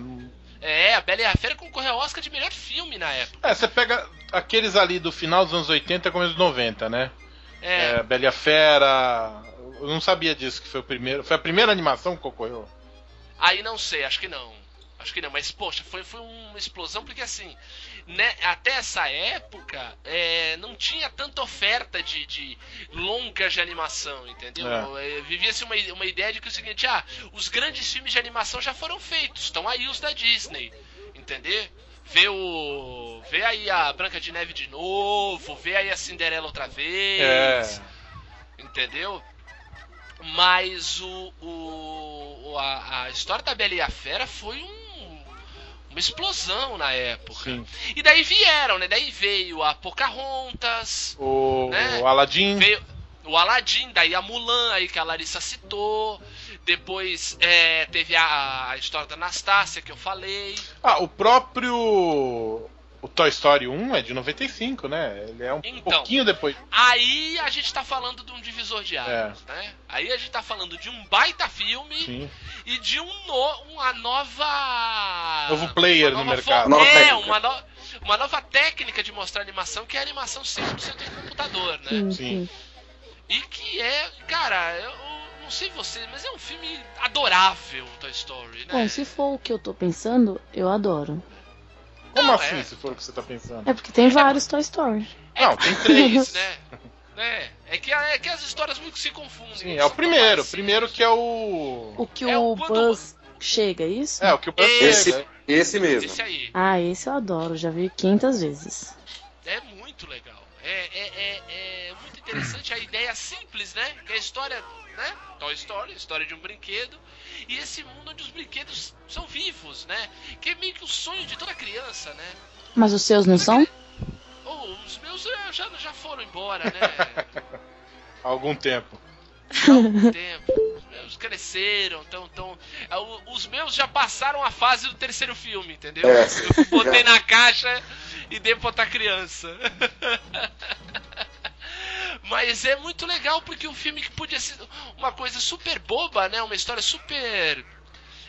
é?
É, a Bela e a Fera concorreu ao Oscar de melhor filme na época.
É, você pega aqueles ali do final dos anos 80 e começo dos 90, né?
É,
É, Bela e a Fera. Eu não sabia disso, que foi o primeiro. Foi a primeira animação que ocorreu.
Aí não sei, acho que não. Acho que não, mas poxa, foi, foi uma explosão, porque assim, né, até essa época é, não tinha tanta oferta de, de longas de animação, entendeu? É, Vivia-se uma, uma ideia de que o seguinte, ah, os grandes filmes de animação já foram feitos, estão aí os da Disney, entender? Vê o. Vê aí a Branca de Neve de novo, vê aí a Cinderela outra vez.
É.
Entendeu? Mas o, o- o- a, a história da Bela e a Fera foi um- uma explosão na época.
Sim.
E daí vieram, né? Daí veio a Pocahontas,
O,
Né?
o Aladdin.
veio o Aladdin, daí a Mulan, aí que a Larissa citou. Depois é, teve a, a história da Anastácia que eu falei.
Ah, o próprio. O Toy Story 1 é de 95, né? Ele é um
Então.
pouquinho depois.
Aí a gente tá falando de um divisor de águas, né? Aí a gente tá falando de um baita filme
É. Sim.
e de um no- uma nova.
Novo player
Então. uma
no
nova
mercado.
forma-
Nova
é,
técnica.
uma, no- uma nova técnica de mostrar animação, que é a animação 100% em computador, né?
Sim,
Sim.
sim.
E que é, cara, eu não sei você, mas é um filme adorável, Toy Story, né?
Bom, se for o que eu tô pensando, eu adoro.
Como
Não,
assim,
é.
se for o que você tá pensando?
É porque tem vários Toy Story.
Não,
Três,
tem três.
né? né? É, que, é que as histórias muito se confundem. né?
Sim,
elas
é o
são
primeiro. O
parecidas.
primeiro que é o.
O que
É,
o
quando-
Buzz chega, é isso?
É, o que o Buzz
Esse-
pega.
Esse mesmo.
Esse aí.
Ah, esse eu adoro, já vi 500 vezes.
É muito legal. É, é- é- é muito interessante a ideia simples, né? Que é a história, né? Toy Story, história de um brinquedo. E esse mundo onde os brinquedos são vivos, né? Que é meio que o sonho de toda criança, né?
Mas os seus não são?
Ou os meus eh, já, já foram embora, né?
Há algum tempo.
Com o tempo. Os meus cresceram, então. Tão... ah, o- Os meus já passaram a fase do terceiro filme, entendeu?
É.
Eu botei na caixa e dei pra outra criança. Mas é muito legal porque o filme que podia ser uma coisa super boba, né? Uma história super.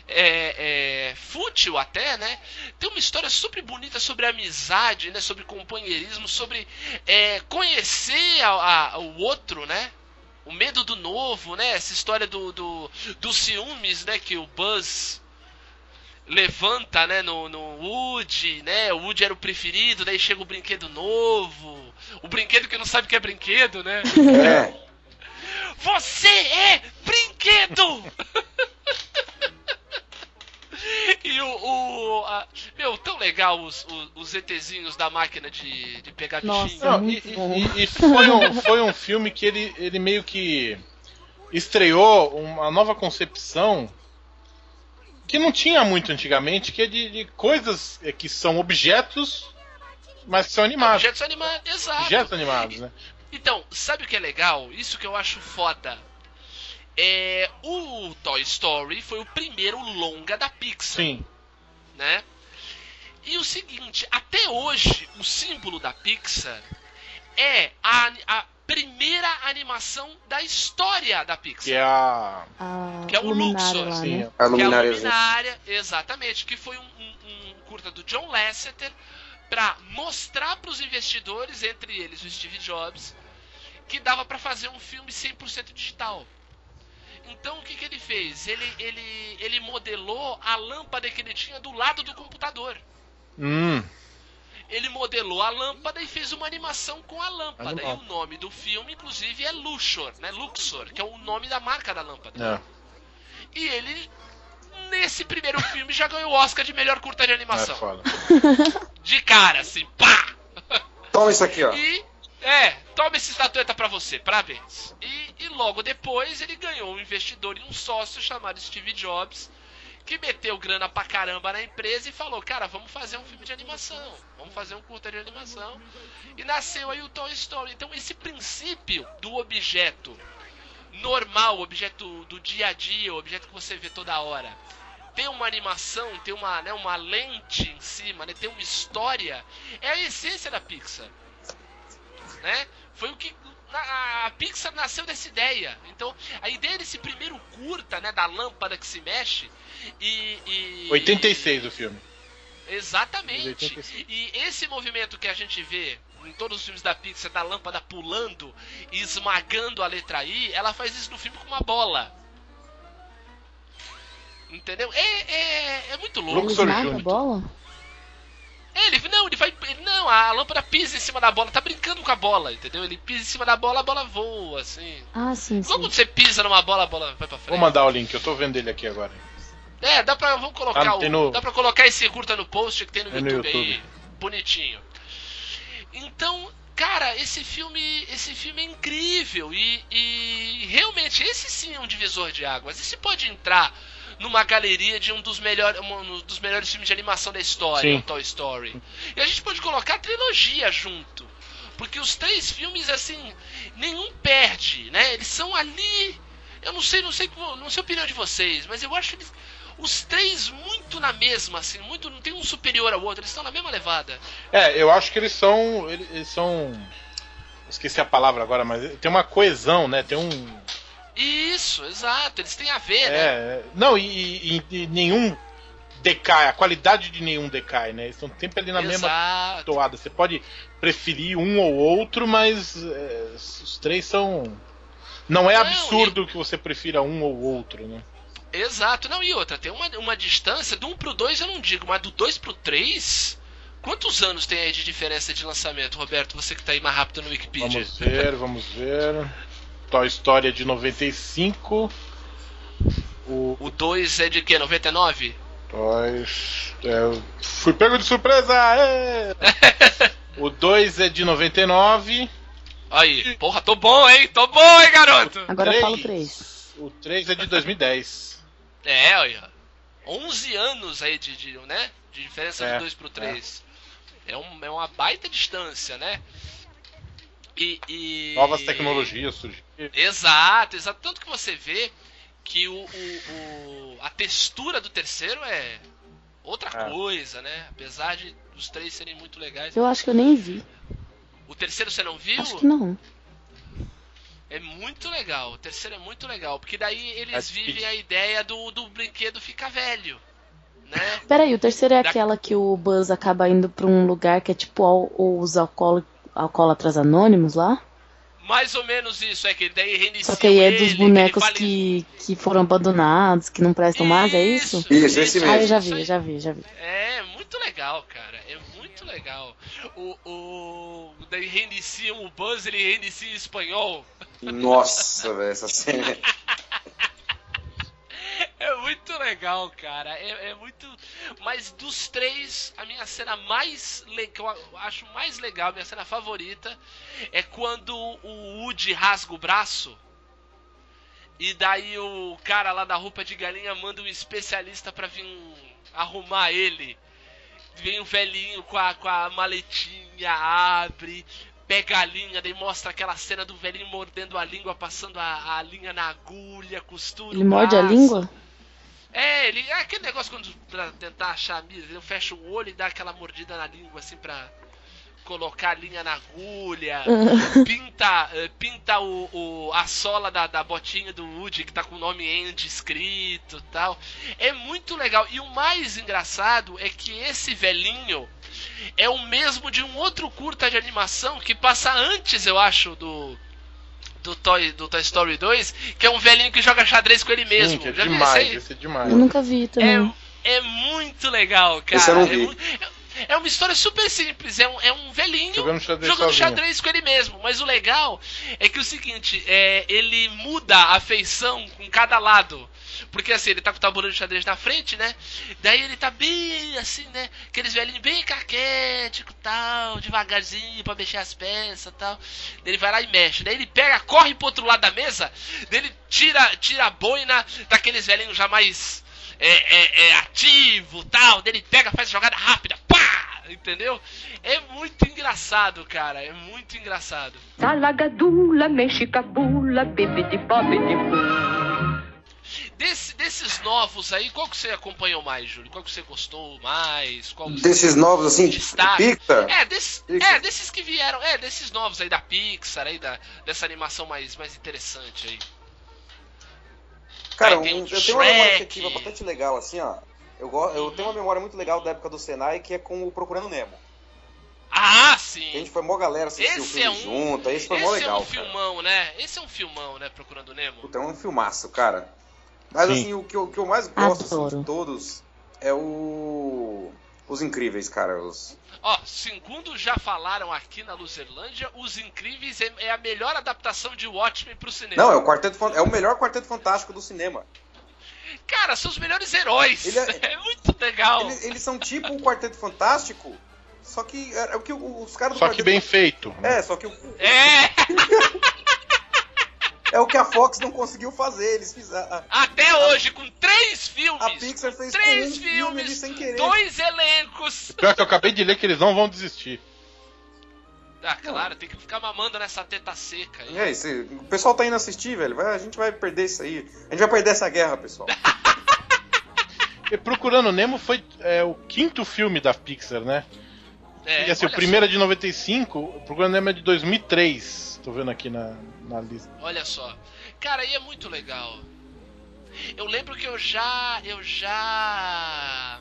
é, é, fútil até, né? Tem uma história super bonita sobre amizade, né? Sobre companheirismo, sobre é, conhecer a- a- o outro, né? O medo do novo, né? Essa história do, do, dos ciúmes, né? Que o Buzz levanta, né, no, no Woody, né? O Woody era o preferido, daí chega o brinquedo novo. O brinquedo que não sabe o que é brinquedo, né?
É.
Você é brinquedo! e o. o- a- meu, tão legal os, os, os ETzinhos da máquina de, de pegar bichinho.
Não, e,
Nossa. É muito
e-
bom.
e- e foi, um, foi um filme que ele, ele meio que estreou uma nova concepção que não tinha muito antigamente, que é de, de coisas eh, que são objetos, mas que são animados.
Objetos animados, exato.
Objetos animados, né?
Então, sabe o que é legal? Isso que eu acho foda. É, o Toy Story foi o primeiro longa da Pixar,
Sim.
né? E o seguinte, até hoje o símbolo da Pixar é a, ani- a primeira animação da história da
Que
Pixar.
é a.
Ah,
Que é o
Luminária
Luxor,
lá,
Sim,
né?
A
Que é a
luminária.
Luminária, exatamente, que foi um, um- um curta do John Lasseter pra mostrar pros investidores, entre eles o Steve Jobs, que dava pra fazer um filme 100% digital. Então o que, que ele fez? Ele, ele, ele modelou a lâmpada que ele tinha do lado do computador.
Hum.
Ele modelou a lâmpada e fez uma animação com a lâmpada.
Animal.
E o nome do filme, inclusive, é Luxor, né? Luxor, que é o nome da marca da lâmpada.
É.
E ele, nesse primeiro filme, já ganhou o Oscar de melhor curta de
É
animação.
foda.
de cara, assim, pá!
Toma isso
Tá.
aqui, ó.
E é, toma essa estatueta pra você, parabéns. E, e logo depois ele ganhou um investidor e um sócio chamado Steve Jobs, que meteu grana pra caramba na empresa e falou: Cara, vamos fazer um filme de animação, vamos fazer um curta de animação. E nasceu aí o Toy Story. Então, esse princípio do objeto normal, objeto do dia a dia, objeto que você vê toda hora. Tem uma animação, tem uma, né, uma lente em cima, né, tem uma história. É a essência da Pixar né? Foi o que na- a Pixar nasceu dessa ideia. Então, a ideia desse primeiro curta, né, da lâmpada que se mexe e, e
86 o filme.
Exatamente.
86.
E esse movimento que a gente vê em todos os filmes da Pixar da lâmpada pulando e esmagando a letra I, ela faz isso no filme com uma bola. Entendeu? É, é, é muito louco.
Luxor
Esmaga a
junto.
bola?
É, Ele não, ele vai. ele- não, a lâmpada pisa em cima da bola, tá brincando com a bola, entendeu? Ele pisa em cima da bola, a bola voa, assim.
Ah, sim,
Igual
sim.
quando você pisa numa bola, a bola vai pra frente.
Vou mandar o link, eu tô vendo ele aqui agora.
É, dá pra. Vamos colocar
Ah,
o.
tem no-
Dá pra colocar esse curta no post que tem no,
É
YouTube,
no
aí. Bonitinho. Então, cara, esse filme. Esse filme é incrível. E, e realmente, esse sim é um divisor de águas. Esse pode entrar numa galeria de um dos melhores, um dos melhores filmes de animação da história,
Sim.
o Toy Story. E a gente pode colocar a trilogia junto. Porque os três filmes, assim, nenhum perde, né? Eles são ali. Eu não sei, não sei, como- não sei a opinião de vocês, mas eu acho que eles, os três muito na mesma, assim, muito, não tem um superior ao outro, eles estão na mesma levada.
É, eu acho que eles são. Eles, eles são. Esqueci a palavra agora, mas tem uma coesão, né? Tem um.
Isso, exato, eles têm a ver, né?
É, não, e, e- e nenhum decai, a qualidade de nenhum decai, né? Eles estão sempre ali na mesma
exato.
toada. Você pode preferir um ou outro, mas é, os três são. Não é
Não,
absurdo que você prefira um ou outro, né?
Exato, não, e outra, tem uma, uma distância do 1 pro 2 eu não digo, mas do 2 pro 3, quantos anos tem aí de diferença de lançamento, Roberto? Você que tá aí mais rápido no Wikipedia.
Vamos ver, vamos ver. Toy Story é de 95. O
O 2 é de quê? 99?
Toy. É, fui pego de surpresa! é! o 2 é de 99.
Aí, porra, tô bom, hein? Tô bom, hein, garoto?
Agora
Três.
fala o 3.
O 3 é de 2010.
É, olha. 11 anos aí de, de, né? De diferença
É,
do 2 pro 3. É. um- é uma baita distância, né? E, e-
Novas tecnologias surgiram.
Exato, exato. Tanto que você vê que o, o- o- a textura do terceiro é outra
É.
coisa, né? Apesar de os três serem muito legais.
Eu acho que eu nem vi.
O terceiro você não viu?
Acho que não.
É muito legal. O terceiro é muito legal. Porque daí eles
É
Acho que-
vivem a ideia do, do brinquedo ficar velho. Né?
Peraí, o terceiro é
Da-
aquela que o Buzz acaba indo pra um lugar que é tipo al- os alcoólicos. Alcoólatras Anônimos lá?
Mais ou menos isso, é que daí reinicia.
Só que aí é
ele,
dos
que ele
bonecos
fala-
que, que foram abandonados, que não prestam mais, é isso?
Isso, esse
Ah, eu
mesmo.
já
Isso
vi,
aí.
já vi, já vi.
É, muito legal, cara. É muito legal. O. o... Daí reiniciam o Buzz, ele reinicia em espanhol.
Nossa, velho, essa cena.
É muito legal, cara. É, é muito. Mas dos três, a minha cena mais legal, eu acho mais legal, a minha cena favorita, é quando o Woody rasga o braço. E daí o cara lá da roupa de galinha manda um especialista pra vir arrumar ele. Vem um velhinho com a, com a maletinha, abre, pega a linha, daí mostra aquela cena do velhinho mordendo a língua, passando a, a linha na agulha, costura.
Ele
o
morde a
braço.
língua?
É, ele. É aquele negócio quando pra tentar achar a mira, ele fecha o olho e dá aquela mordida na língua assim pra colocar a linha na agulha. Pinta, eh, pinta o, o- a sola da, da botinha do Woody que tá com o nome Andy escrito e tal. É muito legal. E o mais engraçado é que esse velhinho é o mesmo de um outro curta de animação que passa antes, eu acho, do do Toy, do Toy Story 2, que é um velhinho que joga xadrez com ele mesmo.
Gente, é
Já viu
demais,
isso aí?
esse é demais.
Eu nunca vi também.
É, é muito legal, cara.
Esse eu não
É
vi.
mu- É, uma história super simples, é um, é um velhinho
Jogando xadrez
jogando
sozinho.
xadrez com ele mesmo. Mas o legal é que o seguinte, é, ele muda a feição com cada lado. Porque assim, ele tá com o tabuleiro de xadrez na frente, né? Daí ele tá bem assim, né? Aqueles velhinhos bem caquético tal, devagarzinho pra mexer as peças tal. Daí ele vai lá e mexe. Daí ele pega, corre pro outro lado da mesa, daí ele tira, tira a boina daqueles velhinhos já mais é, é, é, ativo tal. Daí ele pega, faz a jogada rápida, pá! Entendeu? É muito engraçado, cara. É muito engraçado.
Salagadula, mexicabula, bibidi bobidi
Desse- desses novos aí, qual que você acompanhou mais, Júlio? Qual que você gostou mais? Qual que você-
Desses novos, assim,
Destaque.
Pixar.
É, desses,
Pixar.
é, desses que vieram, é, desses novos aí da Pixar, aí da, dessa animação mais, mais interessante aí.
Cara,
Aí tem
um-
o
eu tenho uma memória
Shrek.
afetiva bastante legal, assim, ó. Eu, go- eu tenho uma memória muito legal da época do Senai, que é com o Procurando Nemo.
Ah,
A
sim!
gente foi mó galera assistir o
Esse
filme
é um-
junto, aí isso foi
Esse
mó
é
legal,
um
cara.
filmão, né? Esse é um filmão, né? Procurando Nemo.
Puta, é um filmaço, cara. Mas
Sim.
assim, o que eu, que eu mais gosto assim,
Adoro.
de todos é o. Os incríveis, cara. Os...
Ó, segundo já falaram aqui na Luzerlândia, Os Incríveis é, é a melhor adaptação de Watchmen pro cinema.
Não, é o quarteto Fan- é o melhor quarteto fantástico do cinema.
Cara, são os melhores heróis.
Ele
é...
é-
muito legal.
Eles, eles são tipo o quarteto fantástico, só que é, é o que o- os caras do
Só que
quarteto
bem feito. né?
É, só que o-
É,
é o que a Fox não conseguiu fazer, eles fizeram. a-
até hoje, com três filmes,
A Pixar fez
Três
com um filme
filmes,
de sem querer.
dois elencos.
Pior que eu acabei de ler que eles não vão desistir.
Ah, claro, tem que ficar mamando nessa teta seca aí.
E aí, se- É, o pessoal tá indo assistir, velho. vai- a gente vai perder isso aí. A gente vai perder essa guerra, pessoal.
E Procurando Nemo foi é, o quinto filme da Pixar, né?
É,
e assim, o
olha
primeiro é de 95, o Procurando Nemo é de 2003. Tô vendo aqui na, na lista.
só, olha só. Cara, aí é muito legal. Eu lembro que eu já. Eu já.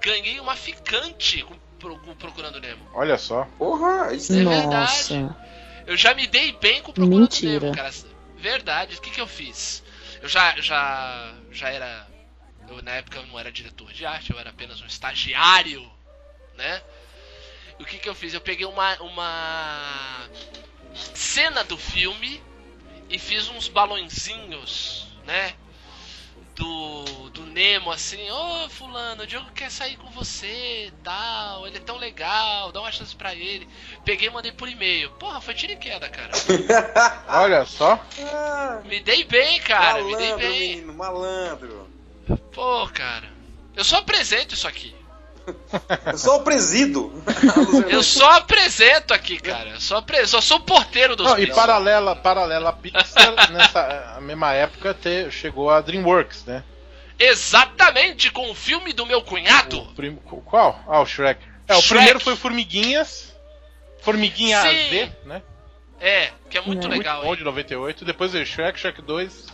Ganhei uma ficante com, pro- com Procurando Nemo.
Olha só.
Porra, isso
é
Nossa.
Eu já me dei bem com o Procurando
Mentira.
Nemo, cara. Verdade. O que, que eu fiz? Eu já, já, já era. Eu, na época eu não era diretor de arte, eu era apenas um estagiário, né? E O que, que eu fiz? Eu peguei uma, uma cena do filme e fiz uns balõezinhos, né? Do, do Nemo assim, ô fulano, o Diogo quer sair com você e tal, ele é tão legal, dá uma chance pra ele. Peguei e mandei por e-mail. Porra, foi tiro e queda, cara.
Olha só.
Ah,
Me dei bem, cara, me dei
malandro,
bem.
menino, malandro.
Pô, cara. Eu só apresento isso aqui.
Eu sou o presido.
Eu só apresento aqui, cara. Eu só, apre... só sou o porteiro dos
Não, e
presos.
paralela, paralela à Pixar, nessa a mesma época te- chegou a DreamWorks, né?
Exatamente com o filme do meu
O
cunhado.
prim- Qual? Ah, o Shrek. É, o
Shrek.
primeiro foi Formiguinhas. Formiguinha
Sim.
AZ, né?
É, que é muito
Não.
legal.
Bom
hein?
de 98. Depois veio Shrek, Shrek 2.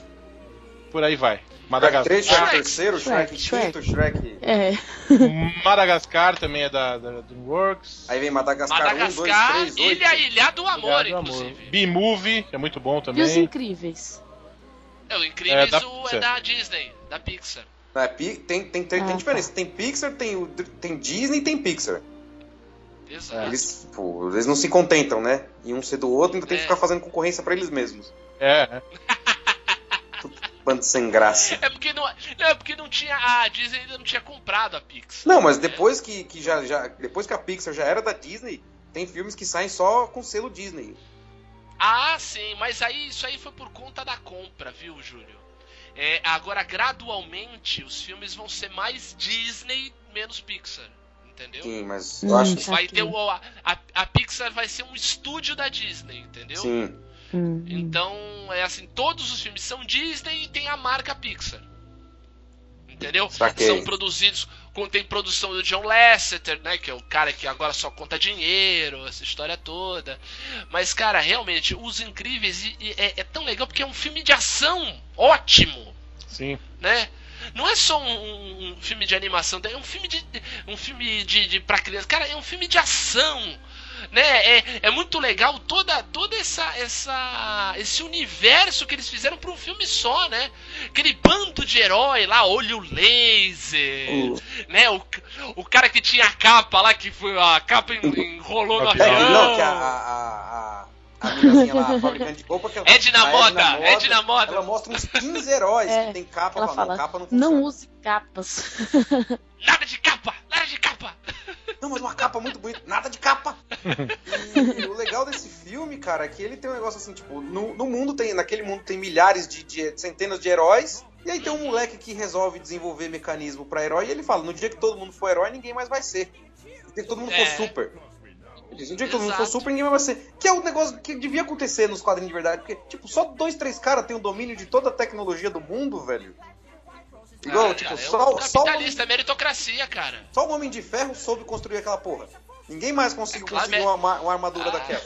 Por aí vai.
Shrek 3,
Madagascar.
Shrek
Shrek,
terceiro, Shrek
Shrek,
quinto, Shrek. um.
É.
Madagascar também é da, da DreamWorks.
Aí vem Madagascar,
Madagascar,
1, 2, 3, 8.
Ilha Ilha do Amor,
Obrigado,
inclusive.
B-Movie, que é muito bom
E os
também.
incríveis?
É, o Incríveis
É, da
o- é
Pixar.
da Disney, da Pixar.
Não, é Pi- tem, tem, tem,
Ah,
tem
tá.
diferença. Tem Pixar, tem, o- tem Disney tem Pixar.
Exato.
Eles, pô, eles não se contentam, né? E um ser do outro ainda tem
É.
que ficar fazendo concorrência pra eles mesmos.
É, é.
Bando sem graça.
É porque não, não, é porque não tinha a Disney ainda não tinha comprado a Pixar.
Não, mas depois que, que já, já- depois que a Pixar já era da Disney, tem filmes que saem só com selo Disney.
Ah, sim, mas aí isso aí foi por conta da compra, viu, Júlio? É, agora gradualmente os filmes vão ser mais Disney, menos Pixar, entendeu?
Sim, mas
Hum,
eu acho que
tá
Vai
aqui.
ter o, a, a- a Pixar vai ser um estúdio da Disney, entendeu?
sim.
Hum.
Então é assim, todos os filmes são Disney e tem a marca Pixar, entendeu?
Saquei.
São produzidos, com- tem produção do John Lasseter, né? Que é o cara que agora só conta dinheiro, essa história toda. Mas, cara, realmente, Os Incríveis e- e é, é tão legal porque é um filme de ação ótimo,
Sim.
né? Não é só um, um- um filme de animação, é um filme de. um filme de, de pra criança. Cara, é um filme de ação. né? É, é muito legal toda toda essa essa esse universo que eles fizeram para um filme só, né? Aquele bando de herói lá, olho laser, né? O, o cara que tinha a capa lá que foi a capa en- enrolou no
Não,
avião.
não, que a, a, a, a minazinha lá, a fabricante de roupa, que ela,
Ed É na
a
moda, Ed na moda.
Ela mostra uns 15 heróis
É,
que tem capa,
ela
mano,
fala,
capa não
Não use capas.
Nada de capa, nada de capa.
Não, mas uma capa muito bonita, nada de capa. E o legal desse filme, cara, é que ele tem um negócio assim, tipo, no, no mundo tem, naquele mundo tem milhares de, de- centenas de heróis. E aí tem um moleque que resolve desenvolver mecanismo pra herói e ele fala: no dia que todo mundo for herói, ninguém mais vai ser. No dia que todo mundo
É.
for super. Ele diz, No dia que todo mundo for
Exato.
super, ninguém mais vai ser. Que é um negócio que devia acontecer nos quadrinhos de verdade. Porque, tipo, só dois, três caras têm o domínio de toda a tecnologia do mundo, velho. Igual,
Ah,
tipo,
cara, é
só,
um
só o
capitalista, é meritocracia, cara.
só o Homem de Ferro soube construir aquela porra. Ninguém mais conseguiu
É claro,
conseguir
né?
uma, ma- uma armadura
Ah.
daquela.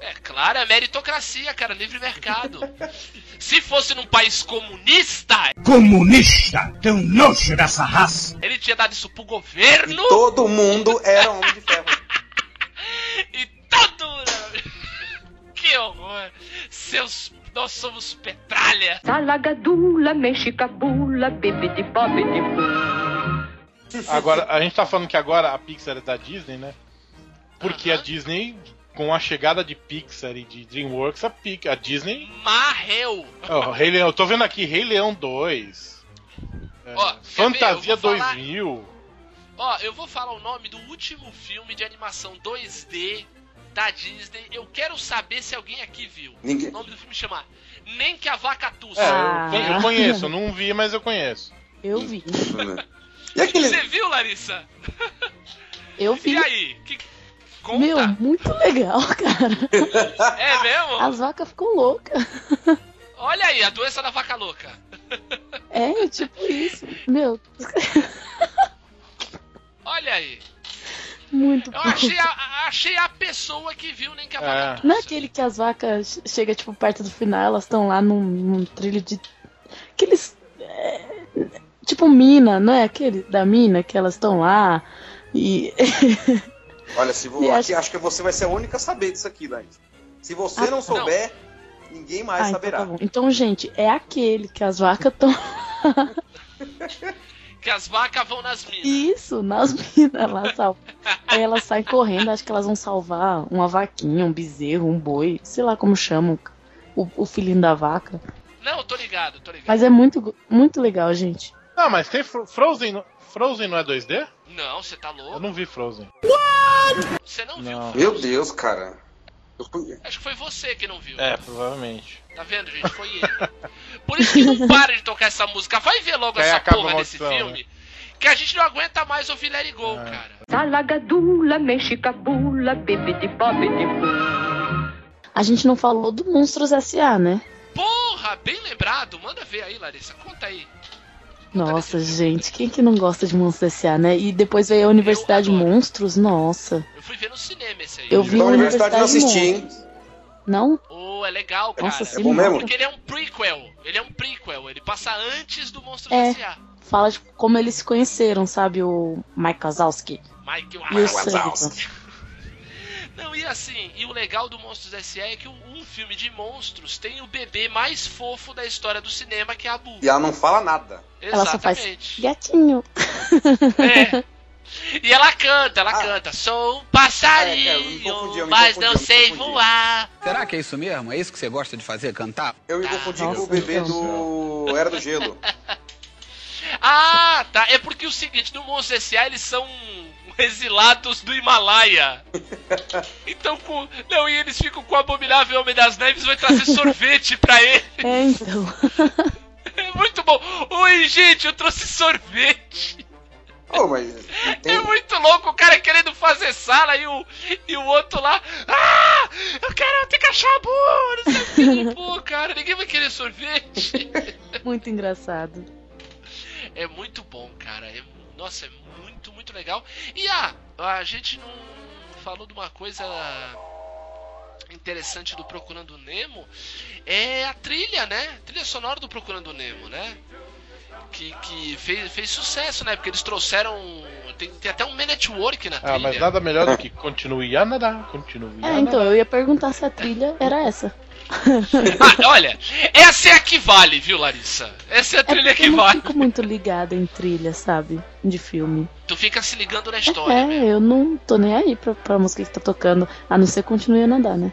É claro, é meritocracia, cara, livre mercado. Se fosse num país comunista,
Comunista! Tão nojo dessa raça!
ele tinha dado isso pro
E
governo
todo mundo era Homem de Ferro. Então-
e todo. que horror! Seus. Nós somos petralha!
Salagadula, mexicabula, bibidi-bobidi-boo.
Agora, a gente tá falando que agora a Pixar é da Disney, né? Porque a
Aham.
Disney, com a chegada de Pixar e de DreamWorks, a, Pix, a Disney.
Marreu!
Ó, Rei Leão, eu tô vendo aqui Rei Leão 2. é,
Ó, quer ver?
Fantasia
Eu vou falar-
2000.
Ó, eu vou falar o nome do último filme de animação 2D da Disney. Eu quero saber se alguém aqui viu. O
Ninguém.
nome do filme chama Nem que a Vaca Tussa.
É,
Ah.
eu, eu conheço, eu não vi, mas eu conheço.
Eu vi.
E aquele.
Você viu, Larissa?
Eu vi.
E aí? Que... Conta?
Meu, muito legal, cara.
É mesmo?
As vacas ficam loucas.
Olha aí, a doença da vaca louca.
É, tipo isso. Meu,
Olha aí.
muito
Eu
bom.
achei a, a- achei a pessoa que viu nem que a vaca
É.
tussa.
Não é aquele que as vacas chegam, tipo, perto do final, elas estão lá num, num trilho de. Aqueles. é, tipo, mina, não é? Aquele da mina que elas estão lá. E.
Olha, se vo...
E
aqui,
acho-
acho que você vai ser a única a saber disso aqui, Laís. Se você
Ah,
não souber, ninguém mais
Ah, então,
saberá.
tá bom. Então, gente, é aquele que as vacas estão.
É.
Que as vacas vão nas minas.
Isso, nas minas lá, salva. Aí elas saem correndo, acho que elas vão salvar uma vaquinha, um bezerro, um boi, sei lá como chamam. O, o filhinho da vaca.
Não, tô ligado, tô ligado.
Mas é muito, go- muito legal, gente.
Não, mas tem Fro- Frozen. no- Frozen não é 2D?
Não, você tá
Eu
louco.
não vi Frozen.
Você não,
Não.
viu.
Meu Deus, cara. Eu fui-
Acho que foi você que não viu.
É, provavelmente.
Tá vendo, gente? Foi ele. Por isso que não para de tocar essa música. Vai ver logo
Que aí
essa
acaba a
porra desse
maldição,
filme. Que a gente não aguenta mais ouvir Let It Go,
É.
cara.
Salagadula, mexicabula, bibidi-bobidi-boo.
A gente não falou do Monstros S.A., né?
Porra, bem lembrado. Manda ver aí, Larissa. Conta aí.
Nossa, gente, quem que não gosta de Monstros S.A., né? E depois veio a Universidade
adoro.
Monstros, nossa.
Eu fui ver no cinema esse aí.
Eu vi
Então,
a
a universidade
Universidade é
não assisti, hein?
Monstros. Não?
Oh, é legal, cara.
Nossa,
é bom
mata.
mesmo?
Porque ele é um prequel. Ele é um prequel. Ele passa antes do Monstro
É.
S.A.
Fala de como eles se conheceram, sabe? O Mike Wazowski
Mike
e o
Wazowski.
Sullivan.
Não, e assim, e o legal do Monstros S.A. é que um- um filme de monstros tem o bebê mais fofo da história do cinema, que é a Boo.
E ela não fala nada.
Ela só faz-
Exatamente.
Gatinho.
É. E ela canta, ela
Ah.
canta. Sou um
É, é, eu
passarinho,
me confundi, eu me
mas
confundi,
não
eu me
sei
confundi.
voar.
Será que é isso mesmo? É isso que você gosta de fazer? Cantar?
Eu me
Ah,
confundi
nossa,
com o bebê
meu
do. Era do Gelo.
Ah, tá. É porque o seguinte, no Monstros S.A. eles são exilados do Himalaia. Então, com... não, e eles ficam com o abominável Homem das Neves, vai trazer sorvete pra ele.
É, então.
É muito bom. Oi, gente, eu trouxe sorvete.
Ô, mas. não tem-
É muito louco o cara querendo fazer sala e o, e o outro lá. Ah! Eu quero ter cachabu! Não sei o que. Pô, cara, ninguém vai querer sorvete.
Muito engraçado.
É muito bom, cara. É- nossa, é muito, muito legal. E ah, a gente não falou de uma coisa interessante do Procurando Nemo. É a trilha, né? A trilha sonora do Procurando Nemo, né? Que, que fez, fez sucesso, né? Porque eles trouxeram. Tem, tem até um Menetwork na trilha.
Ah, mas nada melhor do que continue Yanara, continue
É, então, eu ia perguntar se a trilha era essa.
Ah, olha, essa é a que vale, viu, Larissa? Essa é a
É
trilha
porque
que
eu não
vale.
fico muito ligada em trilha, sabe? De filme.
Tu fica se ligando na história.
É, eu não tô nem aí pra, pra música que tá tocando, a não ser continue a nadar, né?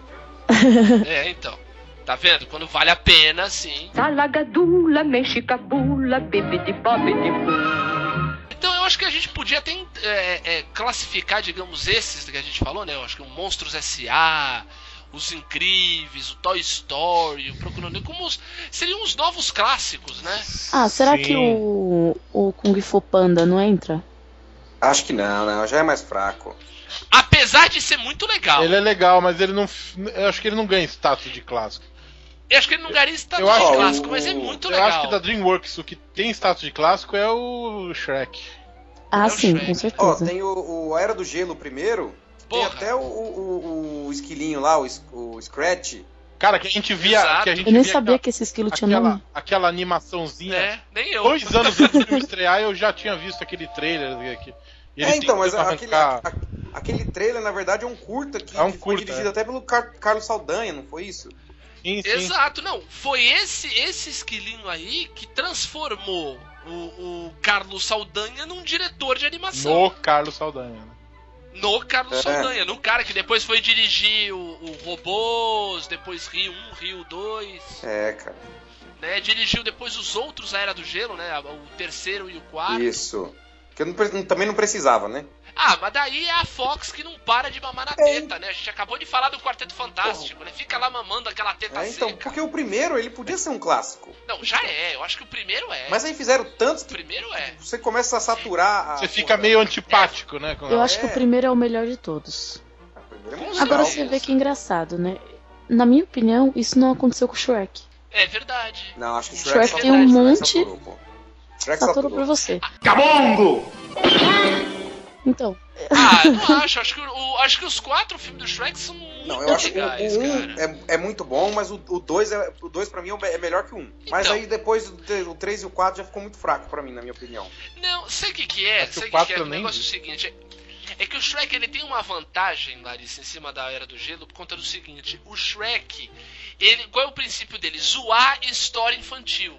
É, então. Tá vendo? Quando vale a pena, sim.
Salagadula, mexicabula, bibidi-bobidi-boo.
Então eu acho que a gente podia até é, é, classificar, digamos, esses que a gente falou, né? Eu acho que o Monstros S.A., os Incríveis, o Toy Story, o Procurando Nemo, como os- seriam os novos clássicos, né?
Ah, será
Sim.
que o, o Kung Fu Panda não entra?
Acho que não, não. Já é mais fraco.
Apesar de ser muito legal.
Ele é legal, mas ele não. Eu acho que ele não ganha status de clássico.
Eu acho que ele não ganha esse
Eu
status
acho-
de clássico, mas é muito
eu
legal.
acho que da Dreamworks o que tem status de clássico é o Shrek.
Ah,
É o
sim,
Shrek.
com
Ó,
certeza.
tem o, o Era do Gelo primeiro.
Porra.
Tem até o, o- o- o esquilinho lá, o, es- o Scratch.
Cara, que a gente via.
Exato.
Que a gente
Eu nem
via
sabia
aquela,
que esse esquilo tinha
aquela,
nome.
aquela animaçãozinha.
É, nem eu.
Dois anos antes do filme estrear, eu já tinha visto aquele trailer. Que, que ele
é, então,
tenta
mas
arrancar-
aquele, a- a- aquele trailer, na verdade, é um curta que,
É um
que
curta,
foi dirigido até pelo Car- Carlos Saldanha, não foi isso?
Sim, sim.
Exato, não. Foi esse esse esquilinho aí que transformou o, o Carlos Saldanha num diretor de animação.
No Carlos Saldanha. né?
No, Carlos
É.
Saldanha, no cara que depois foi dirigir o, o Robôs, depois Rio 1, Rio 2,
É, cara.
né? Dirigiu depois os outros, a Era do Gelo, né? O terceiro e o
Ah,
quarto.
Isso. Que eu não pre- também não precisava, né?
Ah, mas daí é a Fox que não para de mamar na
É.
teta, né? A gente acabou de falar do Quarteto Fantástico, né? Fica lá mamando aquela teta
Ah,
É, então,
seca.
porque o primeiro, ele podia ser um clássico.
Não, já é. Eu acho que o primeiro é.
Mas aí fizeram tantos
O
que
primeiro é.
você começa a saturar a.
Você fica
porra.
meio antipático, né? com-
Eu acho que
é.
o primeiro é o melhor de todos.
Ah, o primeiro é muito
Agora
legal.
você vê que é engraçado, né? Na minha opinião, isso não aconteceu com o Shrek.
É verdade.
Não, acho que
O
Shrek,
Shrek tem
saturou,
um
Shrek
monte.
saturou, pô. Shrek
Saturou
saturou.
pra Tá você.
Cabongo!
Então,
Ah, eu não acho. Acho que, o- o- acho que os quatro filmes do Shrek são muito
Não, eu acho que o
legais,
o um
cara.
é, é muito bom, mas o 2 é, o dois pra mim é o me- é melhor que o Um. Mas
Então.
aí depois do te- o 3 e o 4 já ficou muito fraco pra mim, na minha opinião.
Não, sei o que, que é.
Acho que
Sei
o
o que, que
quatro
é.
eu
O
nem
negócio é o
vi.
seguinte. É, é que o Shrek ele tem uma vantagem, Larissa, em cima da Era do Gelo, por conta do seguinte: o Shrek, ele, qual é o princípio dele? Zoar história infantil.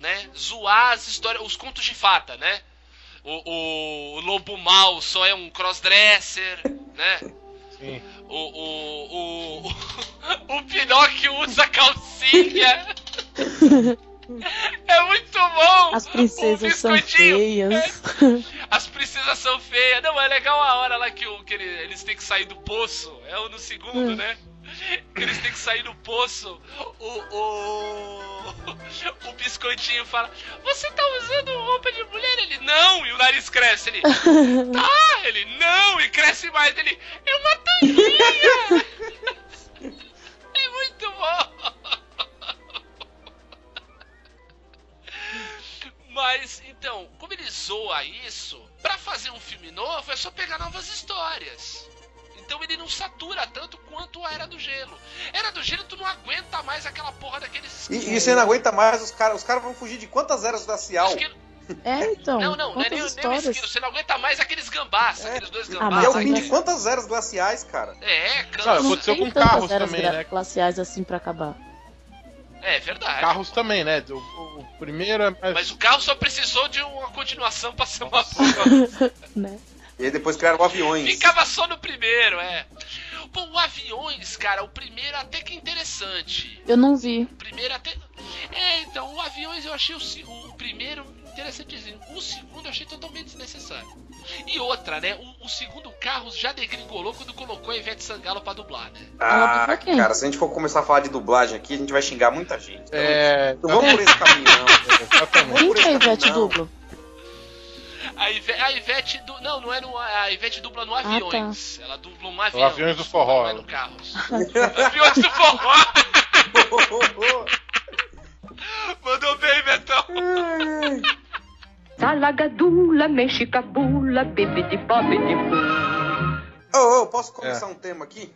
Né? Zoar as histórias, os contos de fata, né? O, o, o Lobo Mal só é um crossdresser, né?
Sim.
O, o, o, o Pinóquio usa calcinha. é muito bom!
as
O
princesas são
Um biscoitinho.
feias.
As princesas são feias. Não, é legal a hora lá que, o, que ele- eles têm que sair do poço. É o no segundo,
Hum.
né? Que Eles têm que sair do poço. O, o, o biscoitinho fala: Você tá usando roupa de mulher? Ele não. E o nariz cresce. Ele tá. Ele não. E cresce mais. Ele é uma tanguinha. é muito bom. Mas, então, como ele zoa isso, pra fazer um filme novo é só pegar novas histórias. Então ele não satura tanto quanto a Era do Gelo. Era do Gelo, tu não aguenta mais aquela porra daqueles.
E, e você não aguenta mais, os caras os cara vão fugir de quantas eras da Cial.
Esquilo-
É, então.
Não, não, não é
quantas
nem, nem o
histórias?
esquilo, você não aguenta mais aqueles gambás,
É.
aqueles dois
Ah,
E
gambás.
é o
mas
fim
ainda-
de quantas eras glaciais, cara?
É,
Não,
cansa.
Não
Ah, aconteceu
tem
com
tantas
carros
eras
também,
gra-
né?
glaciais assim pra acabar.
É verdade.
Carros também, né? O, o- o primeiro é mais.
Mas o carro só precisou de uma continuação pra ser uma porra.
Né?
E aí depois criaram aviões.
Ficava só no primeiro, é. Bom, o aviões, cara, o primeiro até que é interessante.
Eu não vi.
primeiro até. É, então, o aviões eu achei o, se- o primeiro interessantezinho. O segundo eu achei totalmente desnecessário. E outra, né? O, o segundo carro já degringolou quando colocou a Ivete Sangalo pra dublar, né?
Ah,
Pra quem?
cara, se a gente for começar a falar de dublagem aqui, a gente vai xingar muita gente. Então,
É.
não vamos por esse caminho, não.
Exatamente.
Quem
por
que é a
esse caminho,
Ivete
não.
Dublo?
A Ivete, a Ivete du- não, não é no, a Ivete dubla no aviões. Ela dubla um avião.
Aviões do Forró.
Não é no carros. aviões do forró! Mandou bem, Betão!
Salagadula, mexicabula, bibidi-bobidi-boo.
Ô, ô, posso começar um tema aqui?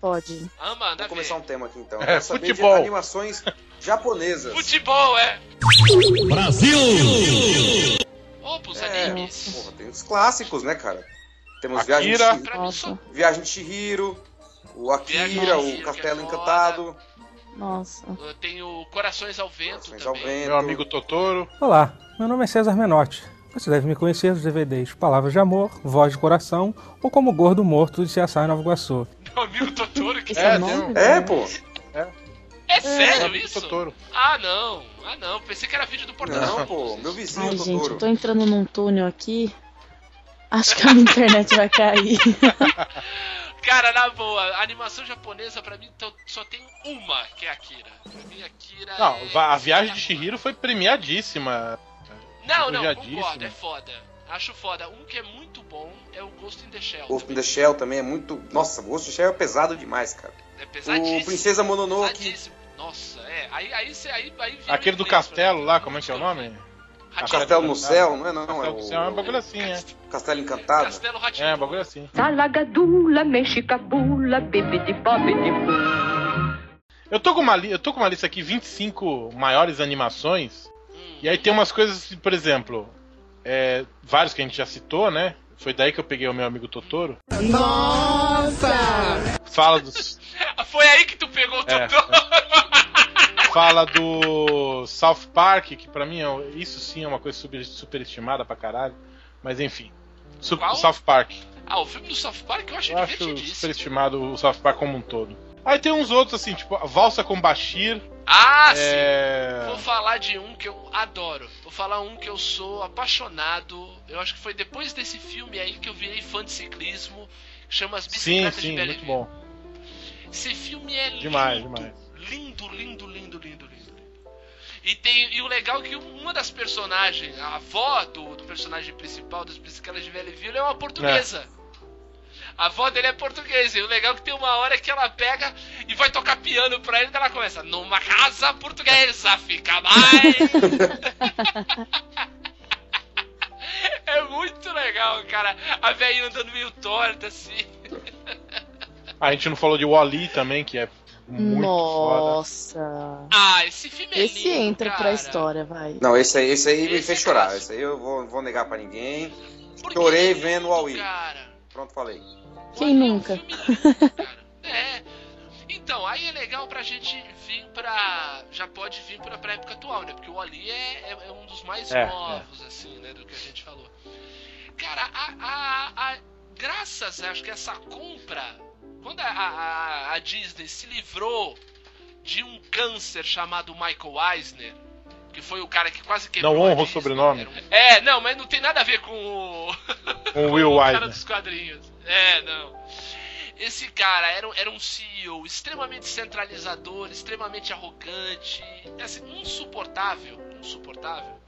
Pode.
Ah, manda
Vou começar
bem.
um tema aqui, então.
É,
Eu quero saber
futebol.
de animações japonesas.
Futebol, é.
Brasil!
Ô, pros Os animes.
É. Porra, tem os clássicos, né, cara? Temos
Akira.
Viagem de,
Pra mim só.
Viagem de Chihiro, o
Viagem de
Akira,
Chihiro,
o
que
Castelo
é
Encantado,
Nossa.
Tem o Corações ao Vento
Corações ao
também.
Vento.
Meu amigo Totoro.
Olá, meu nome é César Menotti. Você deve me conhecer dos DVDs Palavras de Amor, Voz de Coração ou como Gordo Morto de CSI Nova Iguaçu.
Meu amigo Totoro. Que...
Esse
É,
é, o nome?
É, pô.
É
Meu
sério
amigo
isso?
Totoro.
Ah, não. Ah, não. Pensei que era vídeo do Portal.
Não, pô, meu vizinho,
Ai, gente,
Totoro.
eu tô entrando num túnel aqui. Acho que a minha internet vai cair.
Cara, na boa, a animação japonesa pra mim então, só tem uma, que é Akira. Pra mim, Akira é...
Não, va- a viagem de Shihiro foi premiadíssima.
Não, não,
elogiadíssima.
concordo, é foda. Acho foda. Um que é muito bom é o Ghost in the Shell.
Ghost in the
também.
Shell também é muito. Nossa, Ghost in the Shell é pesado demais, cara.
É pesadíssimo.
O Princesa Mononoke.
pesadíssimo. Nossa, é. Aí, aí, cê- aí, aí vira
Aquele do
inglês pra
castelo
mim.
lá, como é que é o nome?
Hatchim-
Castelo
Castelo no
Encantado.
Céu, não é não?
Castelo do
é o...
Céu é um bagulho assim, é.
Castelo-
Castelo Encantado.
Castelo Ratinho.
É, um bagulho assim.
Salagadula, mexicabula, bibidi-bobidi-boo.
Eu tô com uma, li- eu tô com uma lista aqui, 25 maiores animações.
Hum.
E aí tem umas coisas, assim, por exemplo, é, vários que a gente já citou, né? Foi daí que eu peguei o meu amigo Totoro. Nossa! Fala dos.
Foi aí que tu pegou o
É,
Totoro.
Fala do South Park, que pra mim é, um- isso sim é uma coisa super, superestimada pra caralho. Mas enfim. Su-
Qual?
South Park.
Ah, o filme do South Park eu acho
Eu acho
divertidíssimo.
superestimado o South Park como um todo. Aí tem uns outros assim, tipo, a Valsa com Bashir.
Ah, sim.
é...
Vou falar de um que eu adoro. Vou falar um que eu sou apaixonado. Eu acho que foi depois desse filme aí que eu virei fã de ciclismo. que Chama As
Sim,
Bicicletas
sim,
de
muito
Belleville.
bom.
Esse filme é lindo.
Demais, demais.
Lindo, lindo, lindo, lindo, lindo. E, tem, e o legal é que uma das personagens, a avó do, do personagem principal das Bicicletas de Belleville é uma portuguesa.
É.
A avó dele é portuguesa. E o legal é que tem uma hora que ela pega e vai tocar piano pra ele, daí ela começa. Numa casa portuguesa fica mais. é muito legal, cara. A velhinha andando meio torta assim.
A gente não falou de Wally também, que é muito foda.
Nossa.
Ah, esse filme é
Esse
lindo,
entra
cara.
pra história, vai.
Não, esse aí, esse aí me
Esse
fez
é
chorar.
clássico.
Esse aí eu vou, vou negar pra ninguém.
Porque
Chorei
é lindo,
vendo o Aui.
Cara.
Pronto, falei.
Olha,
Quem
é um
nunca?
filme lindo, cara. é. Então, aí é legal pra gente vir pra. Já pode vir pra, pra época atual, né? Porque o Ali é, é- é um dos mais
É,
novos, assim, né? Do que a gente falou. Cara, a. a- a- graças, né, acho que essa compra. Quando a, a- a- a Disney se livrou de um câncer chamado Michael Eisner, que foi o cara que quase quebrou.
Não honra
a
o
Disney,
sobrenome.
era um- É, não, mas não tem nada a ver com o
Com o Will
o cara
Wyler.
dos quadrinhos. É, não. Esse cara era, um- era um CEO extremamente centralizador, extremamente arrogante, assim, insuportável, insuportável.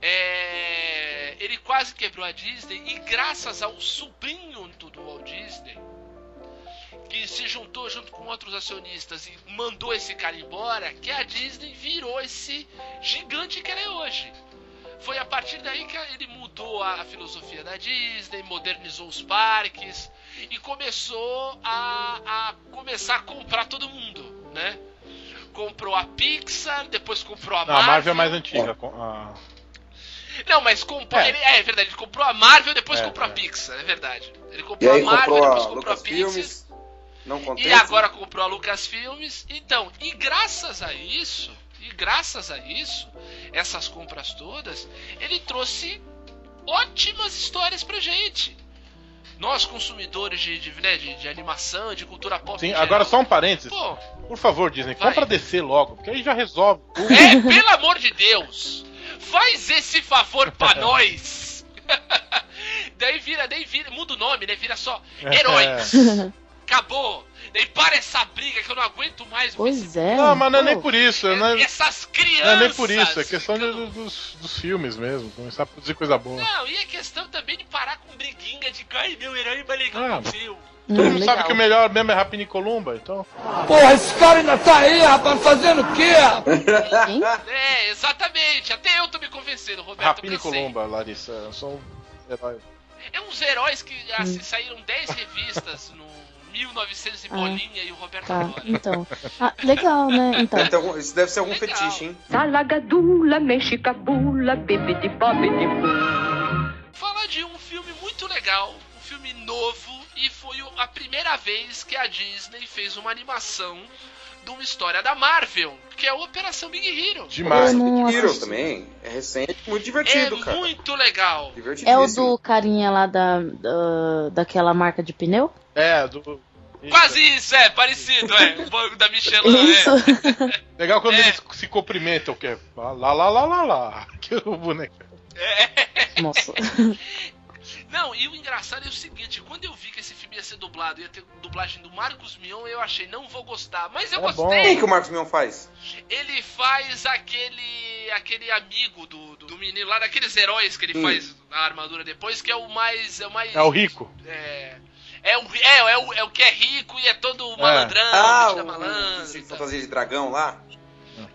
É, ele quase quebrou a Disney e graças ao sobrinho do do Walt Disney, que se juntou junto com outros acionistas e mandou esse cara embora, que a Disney virou esse gigante que ela é hoje. Foi a partir daí que ele mudou a, a filosofia da Disney, modernizou os parques e começou a, a começar a comprar todo mundo, né? Comprou a Pixar, depois comprou a
Não, a
Marvel.
Marvel é mais antiga. com- ah. a-
Não, mas comprou.
É.
ele- É. é verdade, ele comprou a Marvel, depois
É,
comprou
é.
a Pixar, é verdade. Ele
E
comprou
aí
a Marvel,
comprou
depois
a
comprou a Pixar.
Lucasfilmes. Não contente.
E agora comprou a Lucasfilmes. Então, e graças a isso, e graças a isso, essas compras todas, ele trouxe ótimas histórias pra gente. Nós, consumidores de, de, né, de- de animação, de cultura pop.
Sim,
em
agora
geral.
só um parênteses.
Pô,
Por favor, Disney,
Vai.
compra DC logo, porque aí já resolve. tudo.
é, pelo amor de Deus! Faz esse favor pra nós! daí vira, daí vira, muda o nome, né? Vira só
É.
Heróis! Acabou! Daí para essa briga que eu não aguento mais.
Pois é.
Não, mas não é nem
Pô,
por isso.
É-
Não é,
Essas
não
crianças!
é nem por isso. É questão de-
ficando-
dos, dos filmes mesmo. Começar a produzir coisa boa.
É,
Não, e a questão também de parar com briguinha de ai meu herói mais legal
Ah,
que o seu.
hum,
Todo mundo
legal.
sabe que o melhor mesmo é Rapini Columba, então.
Porra, esse cara ainda tá aí, rapaz, fazendo o quê?
Quem?
É, exatamente. Até eu tô me convencendo, Roberto.
Rapini
eu cansei.
Columba, Larissa. um São heróis.
É uns heróis
Hum.
que assim, saíram 10 revistas no 1900 e
Ah,
bolinha e o Roberto
Tá,
é?
adora.
então. Ah, legal, né? Então.
Deve ter algum- isso deve ser algum
Legal.
fetiche, hein?
Salagadula, mexicabula, bibidi-bobidi-boo.
um legal, um filme novo e foi a primeira vez que a Disney fez uma animação de uma história da Marvel, que é a Operação Big Hero.
Demais. Big Hero também. É recente, muito divertido,
é
cara.
muito legal.
É o do carinha lá da, da- daquela marca de pneu?
É, do.
Quase isso, é, parecido, é. O bagulho da Michelin,
Isso.
é.
Legal quando eles se cumprimentam, que é lá, lá, lá, lá, lá, lá. Que o boneco.
Nossa.
Não, e o engraçado é o seguinte, quando eu vi que esse filme ia ser dublado, ia ter dublagem do Marcos Mion, eu achei, não vou gostar, mas eu
É bom.
gostei.
Quem que o Marcos Mion faz?
Ele faz aquele aquele amigo do, do, do menino lá, daqueles heróis que ele
Hum.
faz na armadura depois, que é o mais... É o, mais,
É o rico.
É, é, o, é, é o, é o que é rico e é todo malandrão,
ah,
bicho da
o,
malandra.
esse fantasia de dragão lá.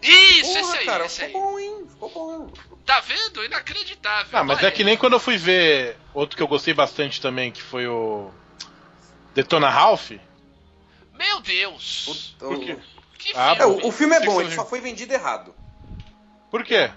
Isso,
Porra,
esse aí,
cara,
esse aí.
ficou bom, hein? Ficou bom.
Tá vendo? Inacreditável.
Ah, mas é que nem quando eu fui ver outro que eu gostei bastante também, que foi o. Detona Ralph.
Meu Deus.
Por quê?
Que
Ah,
Então, É,
bom.
o, o filme é
Ficção
bom, ele
de-
só foi vendido errado.
Por quê?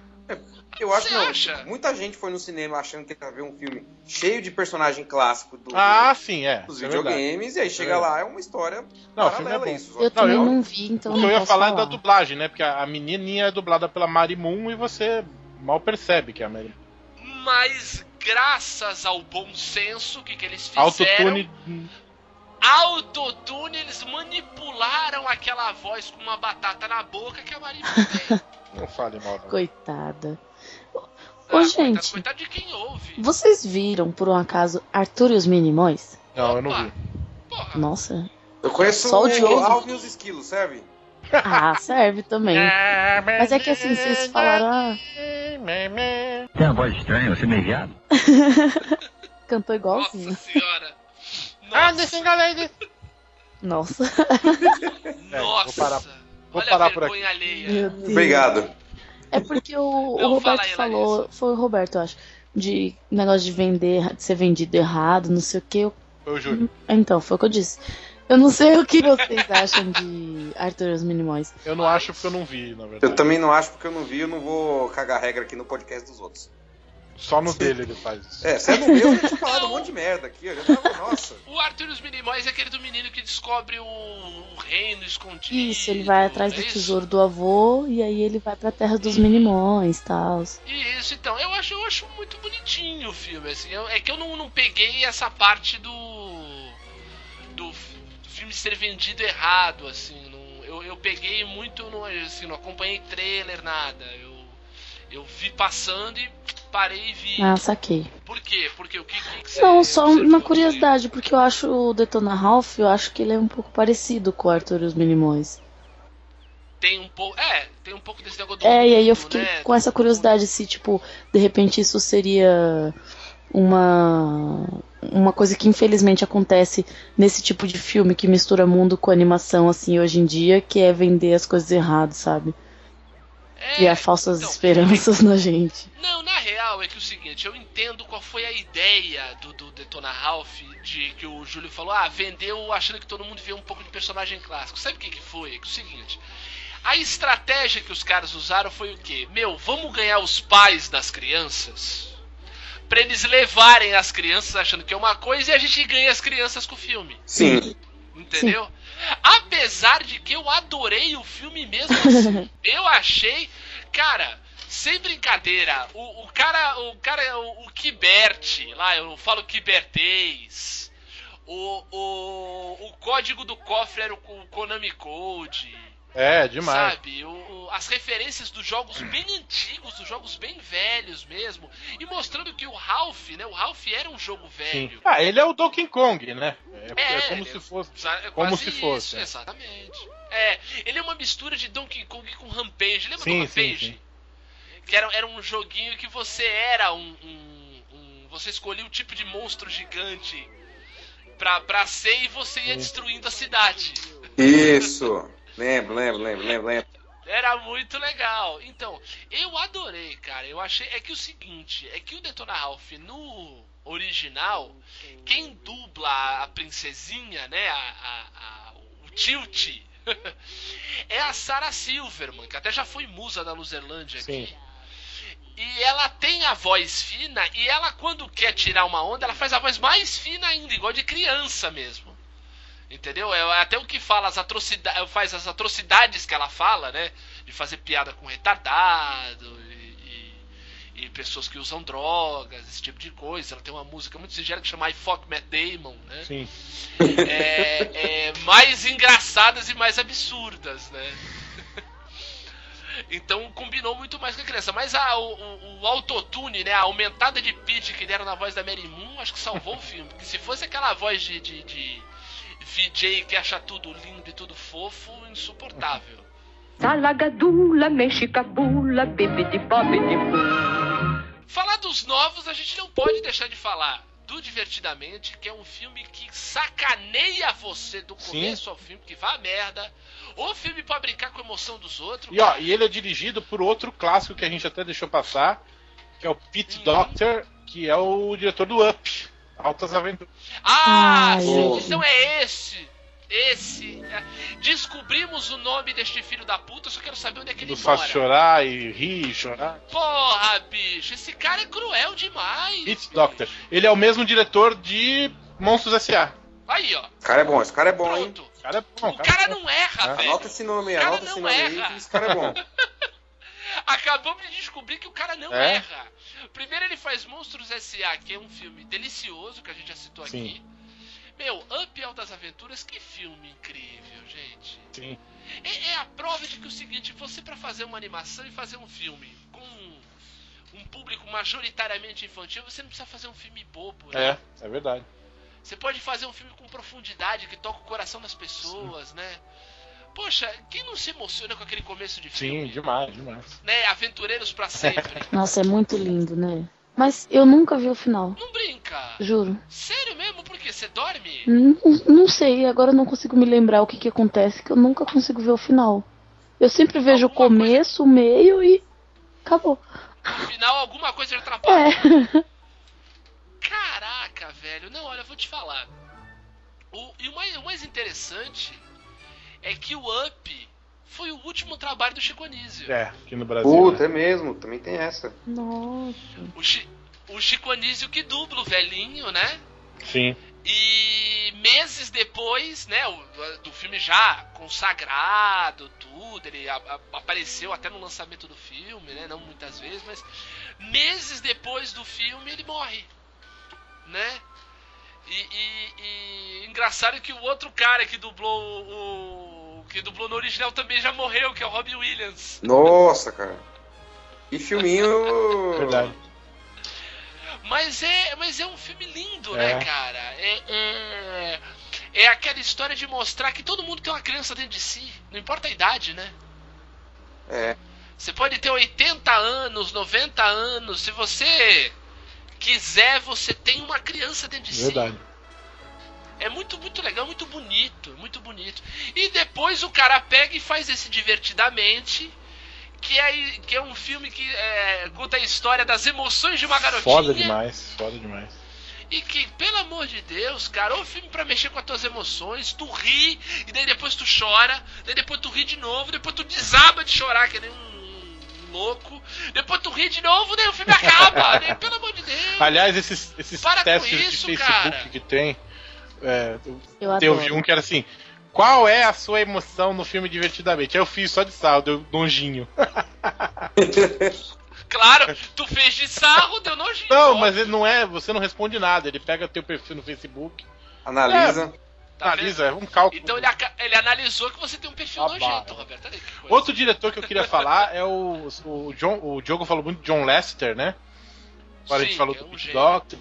Eu acho
Você
não.
acha?
Muita gente foi no cinema achando que ia ver um filme cheio de personagem clássico do-
Ah, sim, é.
dos
é
videogames, e aí chega
É
lá, é uma história
Não, o filme é
paralela a
bom.
isso.
Eu
Não,
também
eu-
não vi, então
o que
não
eu ia
posso
falar é da dublagem, né? Porque a a menininha é dublada pela Mari Moon e você mal percebe que é a Mari Moon.
Mas graças ao bom senso que, que eles fizeram,
Autotune.
autotune, eles manipularam aquela voz com uma batata na boca que a Marina tem.
Não fale mal. não.
Coitada. Ô,
Ah, Coitado,
gente.
coitado de quem ouve.
Vocês viram, por um acaso, Arthur e os Minimões?
Não, eu não vi.
Nossa.
Eu conheço
Só o Diogo.
Alvin e os Esquilos, serve?
Ah, serve também. Mas é que assim, vocês falaram. Ah,
Tem uma voz estranha, você meio viado?
cantou
Nossa
igualzinho.
senhora.
é
Ah,
Nossa.
Nossa.
É,
nossa.
vou parar- vou
Olha
parar
a
por
vergonha alheia.
Meu Deus.
Obrigado.
É porque o, o
Não, fala
Roberto
aí,
falou, foi o Roberto, eu acho, de negócio de vender, de ser vendido errado, não sei o que.
Foi o Júlio.
Então, foi o que eu disse. Eu não sei o que vocês acham de Arthur e os Minimóis.
Eu não acho porque eu não vi, na verdade.
Eu também não acho porque eu não vi, eu não vou cagar regra aqui no podcast dos outros.
Só no dele ele faz isso.
É, se é no meu, eu já tinha falado um monte de merda aqui, eu já tava, nossa.
O Arthur e os Minimóis é aquele do menino que descobre o, o reino escondido.
Isso, ele vai atrás
é
do
isso?
tesouro do avô e aí ele vai pra terra dos Minimóis e tal.
Isso, então, eu acho, eu acho muito bonitinho o filme, assim, eu- é que eu não, não peguei essa parte do, do, f- do filme ser vendido errado, assim, não- eu, eu peguei muito, não, assim, não acompanhei trailer, nada, eu, eu vi passando e parei e vi.
Ah, saquei.
Por quê? Porque o que, que, que
Não,
É, você
só
observou
uma
disso?
curiosidade, porque eu acho o Detona Ralph, eu acho que ele é um pouco parecido com o Arthur e os Minimóis.
Tem um pouco, é, tem um pouco desse negócio do
É, e aí eu
mundo,
fiquei
né?
com essa curiosidade se, tipo, de repente isso seria uma uma coisa que infelizmente acontece nesse tipo de filme que mistura mundo com animação assim hoje em dia, que é vender as coisas erradas, sabe?
É,
Criar falsas
então,
esperanças na gente.
Não, na real é que o seguinte, eu entendo qual foi a ideia do, do Detona Ralph, de que o Júlio falou, ah, vendeu achando que todo mundo via um pouco de personagem clássico. Sabe o que, que foi? É que o seguinte. A estratégia que os caras usaram foi o quê? Meu, vamos ganhar os pais das crianças pra eles levarem as crianças achando que é uma coisa e a gente ganha as crianças com o filme.
Sim.
Entendeu? Apesar de que eu adorei o filme mesmo assim. eu achei, cara, sem brincadeira, o, o cara, o cara, o, o Kibert, lá eu falo Kibertês. O, o, o código do cofre era o, o Konami Code.
É, demais.
Sabe? O- o- as referências dos jogos bem antigos, dos jogos bem velhos mesmo. E mostrando que o Ralph, né? O Ralph era um jogo velho.
Sim. Ah, ele é o Donkey Kong, né? É, é
É,
como
ele-
se fosse.
É
Como
quase
se fosse,
isso,
né?
Exatamente. É, ele é uma mistura de Donkey Kong com Rampage. Lembra
Sim,
do
sim,
Rampage?
sim.
Que era, era um joguinho que você era um, um- um- Você escolhia o tipo de monstro gigante pra, pra ser e você ia destruindo a cidade.
Isso. Lembro, lembro, lembro, lembro, lembro.
Era muito legal. Então, eu adorei, cara. Eu achei. É que o seguinte, é que o Detona Ralph no original, quem dubla a princesinha, né? A, a- a- o Tilt. é a Sarah Silverman, que até já foi musa da Luzerlândia aqui.
Sim.
E ela tem a voz fina e ela, quando quer tirar uma onda, ela faz a voz mais fina ainda, igual de criança mesmo. Entendeu? É até o que fala as atrocidades, faz as atrocidades que ela fala, né? De fazer piada com retardado e, e- e pessoas que usam drogas, esse tipo de coisa. Ela tem uma música muito singela que chama I Fuck Matt Damon, né?
Sim.
É, é, mais engraçadas e mais absurdas, né? Então combinou muito mais com a criança. Mas a, o, o, o autotune, né? A aumentada de pitch que deram na voz da Mary Moon, acho que salvou o filme. Porque se fosse aquela voz de, de, de VJ que acha tudo lindo e tudo fofo, insuportável.
Salagadula, mexicabula, bibidi-bobidi-boo.
Falar dos novos, a gente não pode deixar de falar do Divertidamente, que é um filme que sacaneia você do
Sim.
começo ao fim, porque vá a merda. O filme pra brincar com a emoção dos outros.
E, ó, e ele é dirigido por outro clássico que a gente até deixou passar, que é o
Uhum.
Pete Doctor, que é o diretor do Up, Altas Aventuras.
Ah,
Ai,
sim,
eu-
então é esse. Esse. é. Descobrimos o nome deste filho da puta, só quero saber onde é que ele
Nos
mora.
faz chorar e rir e chorar.
Porra, bicho, esse cara é cruel demais.
Pete Doctor. Ele é o mesmo diretor de Monstros S.A.
Aí, ó.
Esse cara é bom, esse cara é bom, é. hein?
O cara é bom,
O cara não erra, velho.
Anota esse nome aí,
O cara
anota esse
não
nome aí,
erra.
que esse cara é bom.
Acabamos de descobrir que o cara não
É.
erra. Primeiro ele faz Monstros S.A., que é um filme delicioso que a gente já citou aqui. Meu, Up é o das Aventuras, que filme incrível, gente.
Sim.
É, é a prova de que o seguinte, você pra fazer uma animação e fazer um filme com um público majoritariamente infantil, você não precisa fazer um filme bobo, né?
É, é verdade.
Você pode fazer um filme com profundidade, que toca o coração das pessoas, né? Poxa, quem não se emociona com aquele começo de filme,
Sim, demais, demais.
né? Aventureiros pra sempre.
Nossa, é muito lindo, né? Mas eu nunca vi o final.
Não brinca.
Juro.
Sério mesmo? Por quê? Você dorme?
Não, não sei, agora eu não consigo me lembrar o que, que acontece, que eu nunca consigo ver o final. Eu sempre vejo o começo, o meio e. Acabou.
No final alguma coisa atrapalha.
É.
Caraca, velho. Não, olha, eu vou te falar. O, e o mais, o mais interessante é que o Up foi o último trabalho do Chico Anísio.
É, aqui no Brasil.
Puta, é mesmo, também tem essa.
Nossa.
O, Chi, o Chico Anísio que dubla o velhinho, né?
Sim.
E meses depois, né, o- do, do filme já consagrado, tudo, ele a- a- apareceu até no lançamento do filme, né, não muitas vezes, mas meses depois do filme ele morre, né? E, e- e engraçado que o outro cara que dublou o, o- que dublou no original também já morreu, que é o Robbie Williams.
Nossa, cara. E filminho.
Verdade.
Mas é, mas é um filme lindo, né,
É.
cara? É, é, é aquela história de mostrar que todo mundo tem uma criança dentro de si, não importa a idade, né?
É.
Você pode ter 80 anos, 90 anos, se você quiser, você tem uma criança dentro de
Verdade.
si. É muito, muito legal, muito bonito, muito bonito. E depois o cara pega e faz esse divertidamente, que é, que é um filme que é, conta a história das emoções de uma garotinha.
Foda demais, foda demais.
E que, pelo amor de Deus, cara, é um filme pra mexer com as tuas emoções, tu ri, e daí depois tu chora, daí depois tu ri de novo, depois tu desaba de chorar, que nem um louco, depois tu ri de novo, daí o filme acaba, né? Pelo amor de Deus.
Aliás, esses, esses
Para com
testes
isso,
de Facebook
cara.
que tem. É,
Eu
eu vi
adoro.
um que era assim. Qual é a sua emoção no filme Divertidamente? Aí Eu fiz só de sal, deu nojinho.
Claro, tu fez de sarro, deu nojinho.
Não, mas ele não é, você não responde nada, ele pega teu perfil no Facebook.
Analisa.
É, analisa, é um cálculo.
Tá Então ele, aca- ele analisou que você tem um perfil
Ah,
nojento,
bah.
Roberto. Olha aí que coisa.
Outro diretor que eu queria falar é o. O, John, o Diogo falou muito de John Lester, né? Agora a
Sim,
gente falou
é
do
um
Pete
gênio.
Doctor.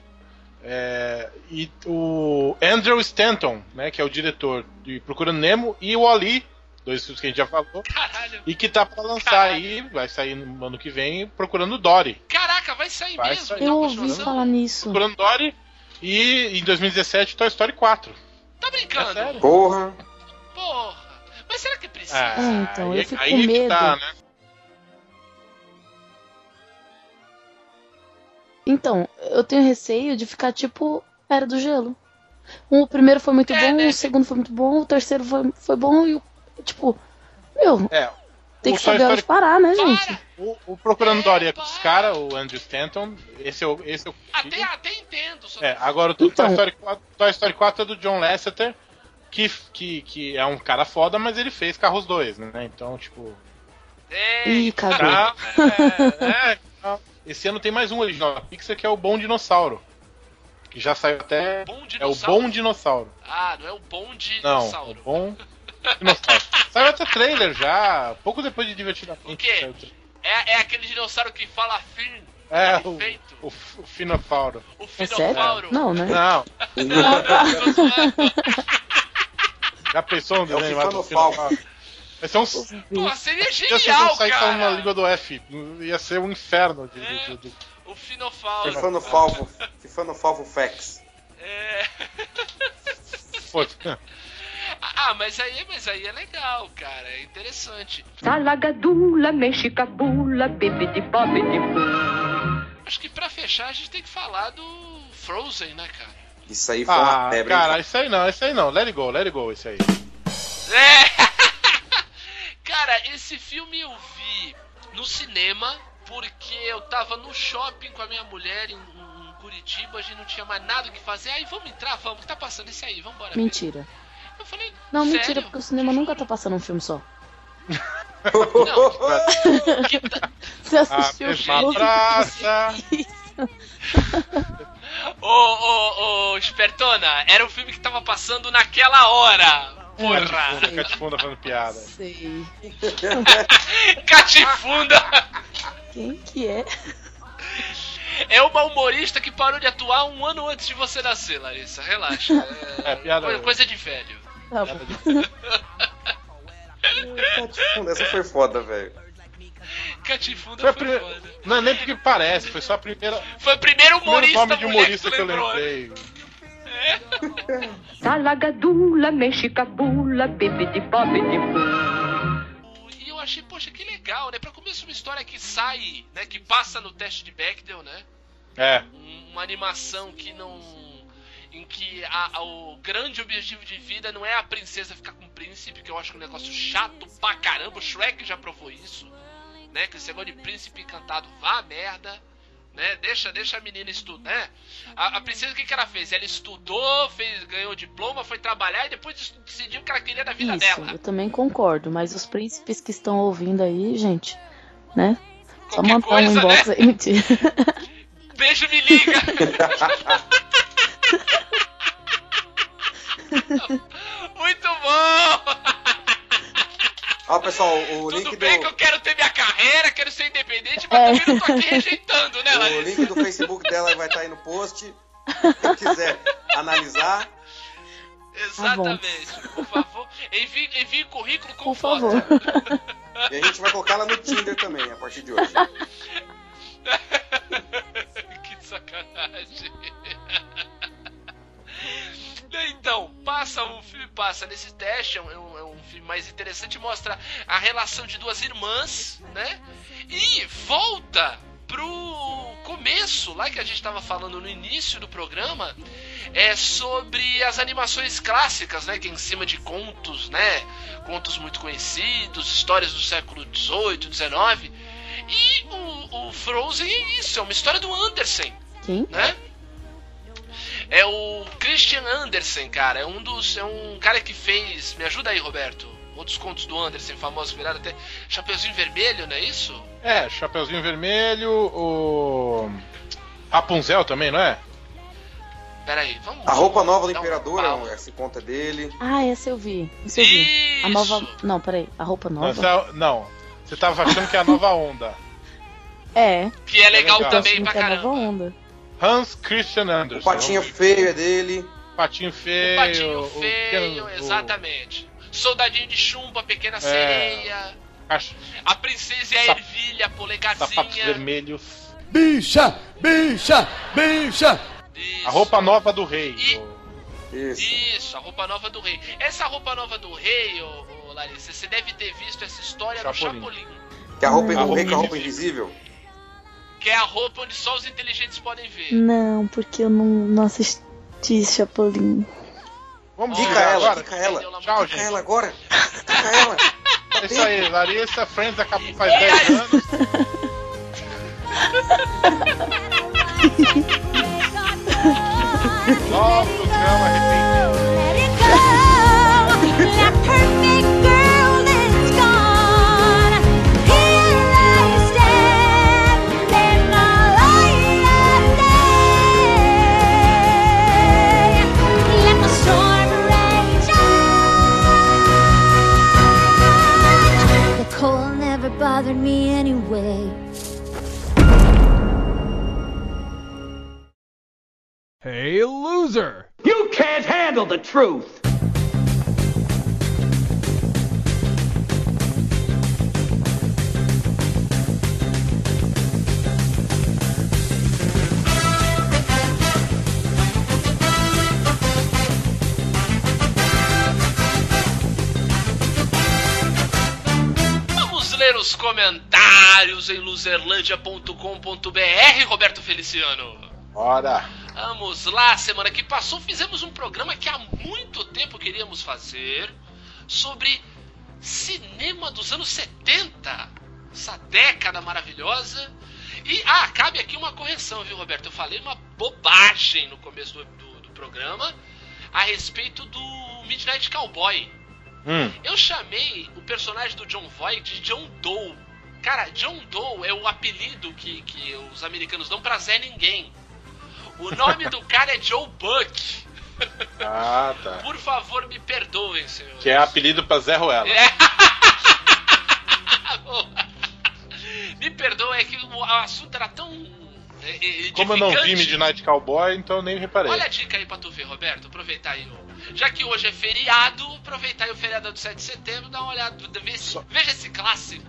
É, e o Andrew Stanton, né? Que é o diretor de Procurando Nemo, e o Ali, dois filmes que a gente já falou.
Caralho.
E que tá pra lançar aí, vai sair no ano que vem, Procurando Dory.
Caraca, vai sair
Vai
mesmo?
sair.
então,
Eu ouvi
continuação?
falar nisso.
Procurando Dory e em 2017 Toy Story 4.
Tá brincando?
É sério?
Porra.
Porra. Mas será que precisa?
É, então, eu fico
aí
com
que
medo.
tá, né?
Então, eu tenho receio de ficar tipo Era do Gelo. Um, o primeiro foi muito bom, o segundo foi muito bom, o terceiro foi, foi bom e o. Tipo, meu,
É,
Tem
O
que
Toy
saber a hora
Story-
de parar, né, gente?
O, o Procurando Dory é com os caras, o Andrew Stanton. Esse eu. Esse eu até, entendo. É, agora o Toy, Story 4, Toy Story 4 é do John Lasseter, que, que, que é um cara foda, mas ele fez Carros 2, né? Então, tipo.
Ih,
tá-
cagou.
é, é, tá. esse ano tem mais um original da Pixar que é o Bom Dinossauro. Que já saiu até. é o Bom Dinossauro.
Ah, não é o bom de
Não, é o
dinossauro.
Bom Dinossauro. saiu até trailer já, pouco depois de Divertidamente.
O quê? É, é aquele dinossauro que fala fim.
É, o, o, f- o Finofauro.
O
É sério? Não, né?
Não. Já pensou um
É o
desenho lá do
Finofauro.
Finofauro? Vai ser um... Pô,
seria
Se
genial,
não sair
cara.
um na língua do F, ia ser um inferno. De, de, de...
O Finofauro.
Fifano Falvo. Fifano Falvo Fex.
É.
Pô,
Ah, mas aí, mas aí é legal, cara. É interessante.
Salagadula, mexicabula, bibidi-bobidi-boo.
Acho que pra fechar a gente tem que falar do Frozen, né, cara?
Isso aí
foi ah,
uma febre, hein,
Cara,
cara?
isso aí não, isso aí não. Let it go, let it go, esse aí.
Cara, esse filme eu vi no cinema porque eu tava no shopping com a minha mulher em, em Curitiba, a gente não tinha mais nada o que fazer. Aí vamos entrar, vamos, tá passando esse aí, vambora. ver.
Mentira.
Eu falei,
Não,
sério?
mentira, porque o cinema nunca tá passando um filme só. Você assistiu
Ah,
o
mesma
filme?
praça. Ô, ô, ô, espertona, era o filme que tava passando naquela hora. Porra!
Catifunda, Catifunda fazendo piada.
Sei.
Catifunda!
Quem que é?
É uma humorista que parou de atuar um ano antes de você nascer, Larissa. Relaxa. É,
É, piada-
coi- coisa de velho.
Tá
Hum, Essa foi foda, velho.
Catifunda
foi, a prime- Não é nem porque parece, foi só a primeira.
Foi o primeiro
primeiro
humorista,
nome de
mulher
humorista
que
que,
tu
eu
lembrou,
lembrei.
Salagadula, mexicabula, bibidi-bobidi-boo.
E eu achei, poxa, que legal, né? Pra começo uma história que sai, né? Que passa no teste de Bechdel, né?
É.
um- uma animação que não. em que a- a- o grande objetivo de vida não é a princesa ficar com o príncipe, que eu acho que é um negócio chato pra caramba. O Shrek já provou isso, né? Que esse negócio de príncipe encantado vá a merda, né? Deixa, deixa a menina estudar, né? A, a princesa, o que, que ela fez? Ela estudou, fez, ganhou o diploma, foi trabalhar e depois estu- decidiu o que ela queria da vida
Isso,
dela.
eu também concordo, mas os príncipes que estão ouvindo aí, gente, né? Só
Qualquer
mandar um
coisa,
inbox
né?
aí, mentira.
Beijo, me liga! Muito bom!
Ó, pessoal, o link
Tudo
do.
bem que eu quero ter minha carreira, quero ser independente, mas
É.
também não tô aqui rejeitando, né,
O
Larissa?
link do Facebook dela vai estar aí no post. Quem quiser analisar.
Tá
Exatamente, por favor. Envie, envie currículo com
Por
foto.
favor.
E a gente vai colocar ela no Tinder também a partir de hoje.
que sacanagem. Então, passa o filme, passa nesse teste, é um, é um- é um filme mais interessante, mostra a relação de duas irmãs, né? E volta pro começo, lá que a gente tava falando no início do programa, é sobre as animações clássicas, né? Que é em cima de contos, né? Contos muito conhecidos, histórias do século XVIII, XIX. E o, o Frozen é isso, é uma história do Andersen,
Quem?
né? É o Christian Andersen, cara. É um dos. É um cara que fez. Me ajuda aí, Roberto. Outros contos do Andersen, famosos que viraram até. Chapeuzinho Vermelho, não é isso?
É, Chapeuzinho Vermelho, o. Rapunzel também, não é?
Pera aí, vamos.
A roupa nova do
Dá um
imperador
pau.
é esse conta dele.
Ah, essa eu vi. Essa eu vi. A nova. Não, peraí, a roupa
Tá
Não,
nova?
essa- não. Você tava achando que é a nova onda.
É.
Que é
legal também
pra caramba. Onda.
Hans Christian Andersen.
O patinho feio é dele.
Patinho feio.
Um Patinho
o
feio,
pequeno- o-
exatamente. Soldadinho de chumba, pequena
É.
sereia.
Acho-
A princesa e a ervilha,
Sapatos
polegazinha.
vermelhos.
Bicha, bicha, bicha.
A roupa nova do rei.
Isso, a roupa nova do rei. Essa roupa nova do rei, ô, ô, Larissa, você deve ter visto essa história
Chapolin.
no Chapolin.
Que a roupa,
A
o
roupa
rei com a roupa invisível.
Que é a roupa onde só os inteligentes podem ver.
Não, porque eu não, não assisti Chapolin.
Vamos
Fica
desligar
ela,
agora.
fica Tá ela.
Tchau,
Fica
gente.
ela agora.
é Isso aí, Larissa Friends acabou faz 10 anos. Nossa, o drama
The cold never bothered me anyway.
Hey, loser!
You can't handle the truth!
Vamos ler os comentários em loserlandia.com.br, Roberto Feliciano.
Bora!
Vamos lá, semana que passou fizemos um programa que há muito tempo queríamos fazer sobre cinema dos anos 70, essa década maravilhosa. E ah, cabe aqui uma correção, viu, Roberto? Eu falei uma bobagem no começo do, do- do programa a respeito do Midnight Cowboy.
Hum.
Eu chamei o personagem do John Voight de John Doe. Cara, John Doe é o apelido que, que os americanos dão pra Zé Ninguém. O nome do cara é Joe Buck.
Ah, tá.
Por favor, me perdoem, senhor.
Que é apelido pra Zé Ruela.
Me perdoem, é que o assunto era tão. é, é,
Como eu não vi
edificante.
Midnight Cowboy, então eu nem reparei.
Olha a dica aí pra tu ver, Roberto. Aproveitar aí. ó. Já que hoje é feriado, aproveitar aí o feriado do 7 de setembro, dá uma olhada. vê- Veja esse clássico.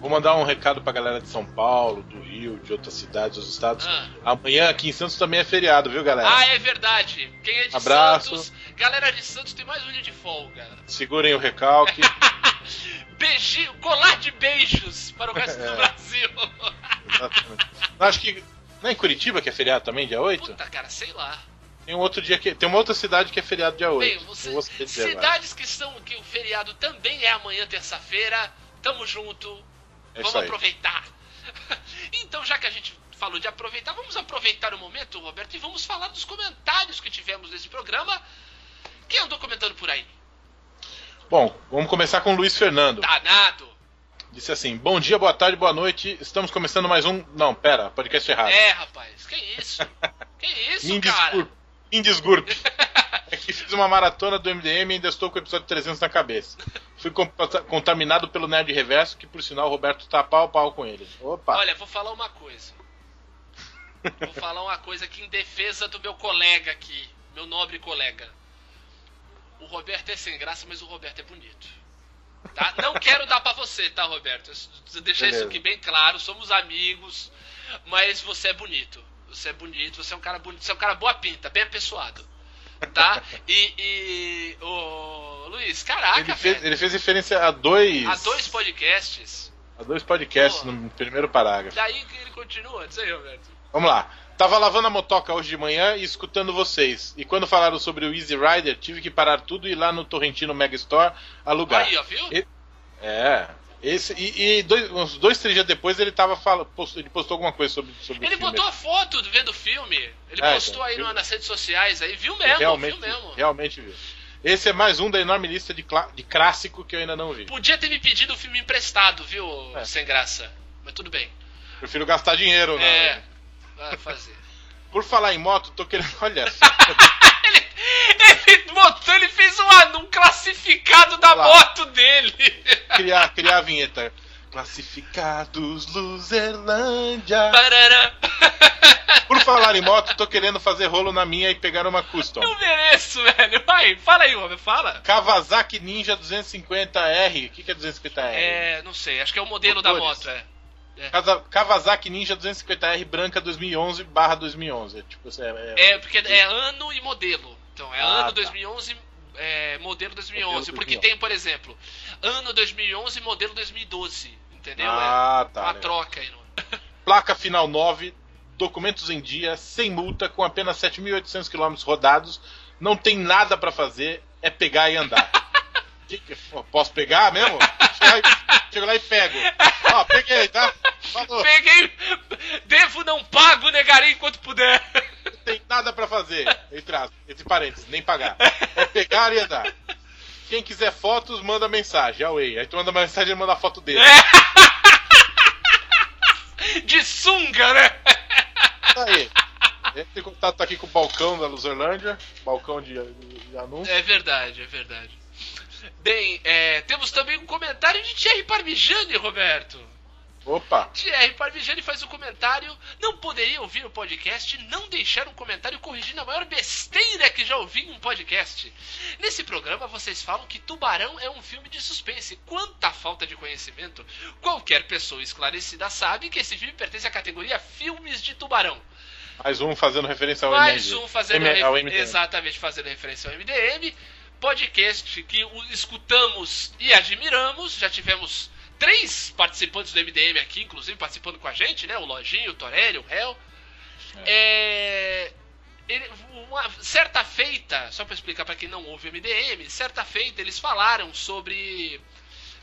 Vou mandar um recado pra galera de São Paulo, do Rio, de outras cidades, dos estados. Amanhã aqui em Santos também é feriado, viu, galera?
Ah, é verdade. Quem é de
Abraço.
Santos, galera de Santos tem mais um dia de folga.
Segurem o recalque.
Beijinho, colar de beijos para o resto do
É.
Brasil.
Exatamente. Acho que. Não é em Curitiba que é feriado também, dia 8?
Puta, cara, sei lá.
Tem um outro dia que. Tem uma outra cidade que é feriado dia 8.
Bem, você-
Não vou saber dizer agora.
Cidades que estão que o feriado também é amanhã terça-feira. Tamo junto.
É
vamos
isso aí.
aproveitar. então, já que a gente falou de aproveitar, vamos aproveitar o momento, Roberto, e vamos falar dos comentários que tivemos nesse programa. Quem andou comentando por aí?
Bom, vamos começar com o Luiz Fernando.
Tá. Danado.
Disse assim: Bom dia, boa tarde, boa noite. Estamos começando mais um. Não, pera, podcast errado.
É, rapaz, que isso? Que isso, cara?
Indesgurp. Aqui fiz uma maratona do MDM e ainda estou com o episódio 300 na cabeça. Fui com- contaminado pelo Nerd Reverso, que por sinal o Roberto tá pau a pau com ele. Opa!
Olha, vou falar uma coisa. Vou falar uma coisa aqui em defesa do meu colega aqui, meu nobre colega. O Roberto é sem graça, mas o Roberto é bonito. Tá? Não quero dar pra você, tá, Roberto? Eu- Deixar
Beleza.
isso aqui bem claro, somos amigos, mas você é bonito. Você é bonito, você é um cara bonito, você é um cara boa pinta, bem apessoado. Tá? E. e ô, Luiz, caraca,
ele, fez,
velho.
ele fez referência a dois,
Há tá, dois podcasts.
a dois podcasts no primeiro parágrafo.
Daí que ele continua, diz aí, Roberto.
Vamos lá. Tava lavando a motoca hoje de manhã e escutando vocês. E quando falaram sobre o Easy Rider, tive que parar tudo e ir lá no Torrentino Mega Store alugar.
Aí, ó, viu?
E- é. Esse, e e dois- uns dois, três dias depois ele tava fala, postou, ele postou alguma coisa sobre, sobre
Ele
o filme.
botou a foto do- vendo o filme. Ele
Ah,
postou
é então,
aí
viu?
no- nas redes sociais aí, viu
Eu
mesmo,
realmente,
viu É, mesmo.
Realmente viu. Esse é mais um da enorme lista de, clá- de clássico que eu ainda não vi.
Podia ter me pedido o filme emprestado, viu,
É.
sem graça. Mas tudo bem.
Prefiro gastar dinheiro, né?
É. Vai fazer.
Por falar em moto, tô querendo. Olha só.
ele botou, ele fez um, anúncio classificado da moto dele.
criar, criar a vinheta. Classificados Luzerlândia. Por falar em moto, tô querendo fazer rolo na minha e pegar uma custom.
Não mereço, velho. Vai, fala aí, homem, fala.
Kawasaki Ninja 250R. O que, que é 250R?
É, não sei, acho que é o modelo da
Motores.
moto, é.
Kaza- Kawasaki Ninja 250R branca 2011 barra 2011. É Tipo, é, é-
É, porque é ano e modelo. Então, é
Ah,
ano
tá.
2011, é, modelo 2011.
Modelo
porque
2011.
tem, por exemplo, ano 2011, modelo 2012. Entendeu?
Ah,
é
tá,
Uma
legal.
troca aí. não-
Placa final 9, documentos em dia, sem multa, com apenas 7.800 km rodados. Não tem nada pra fazer, é pegar e andar. Que que- pô, posso pegar mesmo? Chego lá e, chego lá e pego. Ó, peguei, tá? Falou.
Peguei. Devo não pago, negarei enquanto puder.
Não tem nada pra fazer. Entre, aspas, entre parênteses, nem pagar. É pegar e andar. Quem quiser fotos, manda mensagem. Away. Aí tu manda mensagem e manda a foto dele.
De sunga, né?
Tá aí. Esse contato tá aqui com o balcão da Luzerlândia. Balcão de, de anúncio.
É verdade, é verdade. Bem, é, temos também um comentário de Thierry Parmigiani, Roberto.
Opa.
Thierry Parmigiani faz um comentário. Não poderia ouvir o podcast e não deixar um comentário corrigindo a maior besteira que já ouvi em um podcast. Nesse programa vocês falam que Tubarão é um filme de suspense. Quanta falta de conhecimento! Qualquer pessoa esclarecida sabe que esse filme pertence à categoria Filmes de Tubarão.
Mais um fazendo referência ao
Mais
MD.
um fazendo
M- ao
ref-
MD.
exatamente fazendo referência ao MDM. Podcast que o escutamos e admiramos. Já tivemos três participantes do MDM aqui, inclusive participando com a gente, né? O Lojinho, o Torelli, o Hel. É, ele- uma certa feita, só pra explicar pra quem não ouve MDM, certa feita eles falaram sobre.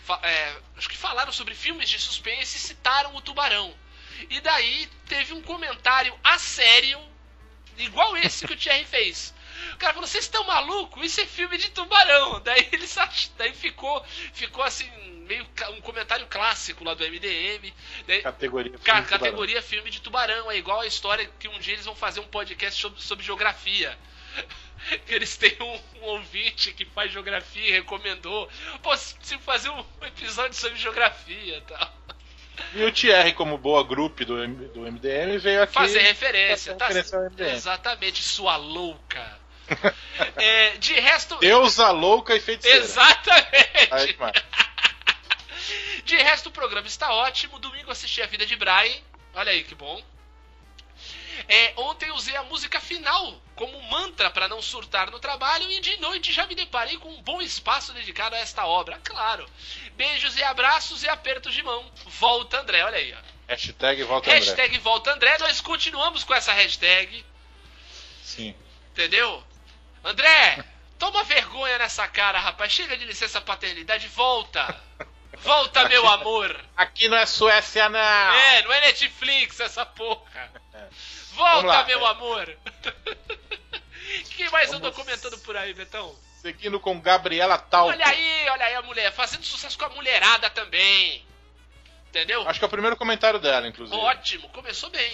fa- é, acho que falaram sobre filmes de suspense e citaram o Tubarão. E daí teve um comentário a sério, igual esse que o Thierry fez. O cara falou, vocês estão malucos? Isso é filme de tubarão. Daí ele sa- daí ficou, ficou assim, meio ca- um comentário clássico lá do MDM. Daí-
Categoria.
Ca-
filme de tubarão.
categoria filme de tubarão, é igual a história que um dia eles vão fazer um podcast sobre, sobre geografia. Que Eles têm um, um ouvinte que faz geografia e recomendou. Pô, se se fazer um episódio sobre geografia e tal.
E o Thierry, como boa grupo do, M- do MDM, veio aqui.
Fazer referência,
fazer
tá?
referência ao MDM.
Exatamente, sua louca. É, de resto.
Deusa louca e feiticeira.
Exatamente.
Aí, que mais.
De resto, o programa está ótimo. Domingo assisti a vida de Brian. Olha aí que bom. É, ontem usei a música final como mantra para não surtar no trabalho e de noite já me deparei com um bom espaço dedicado a esta obra. Claro. Beijos e abraços e apertos de mão. Volta André, olha aí. Ó.
Hashtag volta André.
Hashtag volta André. Nós continuamos com essa hashtag.
Sim.
Entendeu? André, toma vergonha nessa cara, rapaz. Chega de licença paternidade, volta. Volta, meu amor.
Aqui não é Suécia, não.
É, não é Netflix essa porra.
É. Vamos
Volta,
lá. É.
meu amor. O que mais andou comentando por aí, Betão?
Seguindo com Gabriela Tal.
Olha aí, olha aí a mulher, fazendo sucesso com a mulherada também. Entendeu?
Acho que é o primeiro comentário dela, inclusive.
Ótimo, começou bem.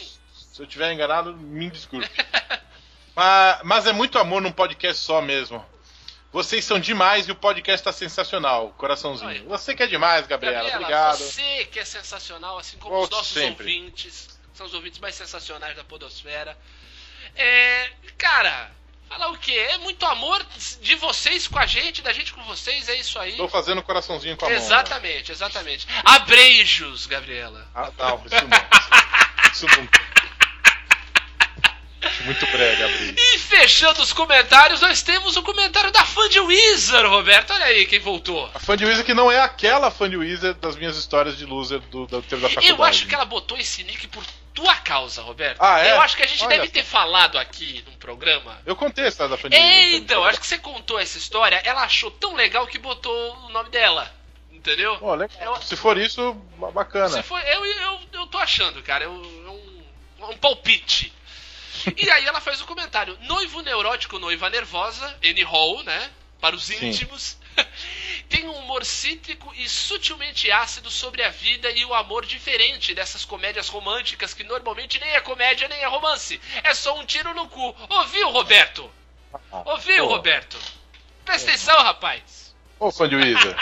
Se eu tiver enganado, me desculpe. mas, mas é muito amor num podcast só mesmo. Vocês são demais e o podcast tá sensacional. Coraçãozinho. Você que é demais, Gabriela. Obrigado.
Você que é sensacional, assim como os
Volte
nossos
sempre.
ouvintes, que são os ouvintes mais sensacionais da Podosfera. É, cara, falar o quê? É muito amor de vocês com a gente, da gente com vocês, é isso aí.
Estou fazendo coraçãozinho com a mão. né?
exatamente, exatamente. Abreijos, Gabriela.
Ah, não, isso não. Isso não. Acho muito brega, Gabriela.
E fechando os comentários, nós temos o comentário da fã de Wizard, Roberto. Olha aí quem voltou.
A fã de Wizard que não é aquela fã de Wizard das minhas histórias de loser do, do tempo da faculdade.
Eu acho que ela botou esse nick por tua causa, Roberto.
Ah, é?
Eu acho que a gente
Olha
deve ter falado aqui num programa
Eu contei a história da fã de
É,
Wizard.
então, acho que você contou essa história, ela achou tão legal que botou o nome dela. Entendeu?
Ó, legal. Se for isso, ba- bacana.
Se for- eu, eu, eu tô achando, cara, eu, é um, é um palpite. E aí ela faz o comentário: noivo neurótico, noiva nervosa, N. Hall, né? Para os
Sim.
íntimos, tem um humor cítrico e sutilmente ácido sobre a vida e o amor diferente dessas comédias românticas que normalmente nem é comédia nem é romance. É só um tiro no cu. Ouviu, Roberto?
Ah,
Ouviu,
boa.
Roberto? Presta atenção, rapaz.
Ô, fã de Wizard.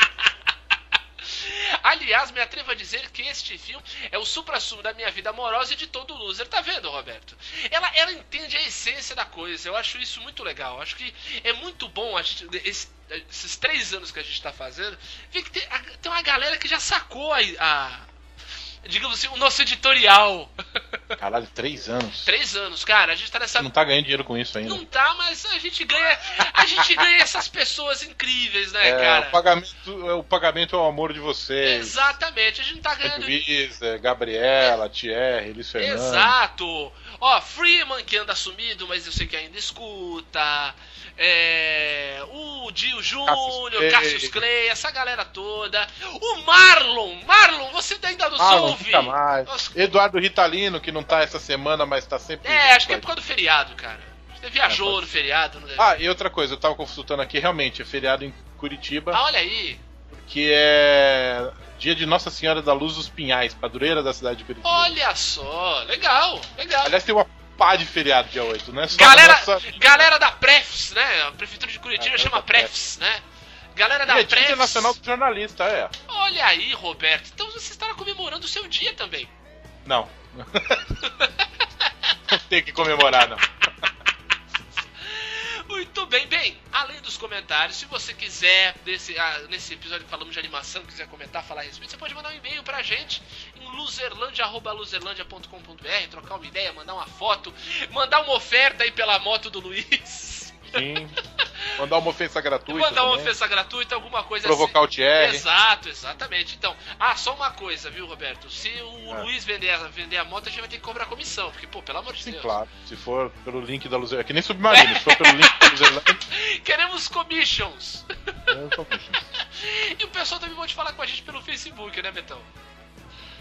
Aliás, me atrevo a dizer que este filme é o supra-sumo da minha vida amorosa e de todo loser. Tá vendo, Roberto? Ela, ela entende a essência da coisa. Eu acho isso muito legal. Eu Acho que é muito bom a gente- esse- esses três anos que a gente tá fazendo. Ver que tem, a- tem uma galera que já sacou a. a- digamos assim, o nosso editorial.
Caralho, três anos.
Três anos, cara. A gente tá nessa.
Não tá ganhando dinheiro com isso ainda.
Não tá, mas a gente ganha. A gente ganha essas pessoas incríveis, né,
É,
cara?
O pagamento, é, o pagamento é o amor de vocês.
Exatamente, a gente não tá ganhando.
Luiz, é, Gabriela, Thierry, Luiz Fernando.
Exato! Ó, Freeman que anda sumido, mas eu sei que ainda escuta. É, o Dio Júnior,
Clay.
Cassius Clay, essa galera toda. O Marlon! Marlon, você tá ainda nos
Marlon,
ouve?
Ah, fica mais. Eduardo Ritalino, que não tá essa semana, mas tá sempre.
É, acho que é por causa do feriado, cara. Você viajou
É, pode-
no feriado, não deve?
Ah, e outra coisa, eu tava consultando aqui, realmente, é feriado em Curitiba,
Ah, olha aí.
que é dia de Nossa Senhora da Luz dos Pinhais, padroeira da cidade de Curitiba.
Olha só, legal, legal.
Aliás, tem uma pá de feriado dia 8, né? Só
Galera,
nossa- Ah,
galera da Prefs, né? A Prefeitura de Curitiba chama Prefs, né? Galera da
Dia
Prefs.
Internacional do Jornalista, é.
Olha aí, Roberto. Então você estará comemorando o seu dia também.
Não. não tem que comemorar, não.
Muito bem, bem. Além dos comentários, se você quiser, desse, ah, nesse episódio que falamos de animação, quiser comentar, falar a respeito, você pode mandar um e-mail pra gente em loserlandia.loserlandia.com.br, trocar uma ideia, mandar uma foto, mandar uma oferta aí pela moto do Luiz.
Sim. Mandar uma ofensa gratuita.
Mandar uma
também.
ofensa gratuita, alguma coisa
Provocar o
assim.
Thierry.
Exato, exatamente. Então, ah, só uma coisa, viu, Roberto? Se o
Ah.
Luiz vender, a- vender a moto, a gente vai ter que cobrar comissão, porque, pô, pelo amor de Deus.
Claro, se for pelo link da Luzerlândia. É que nem submarino, se for pelo link da Luzerlândia.
Queremos commissions.
eu sou bicho.
E o pessoal também pode falar com a gente pelo Facebook, né, Betão?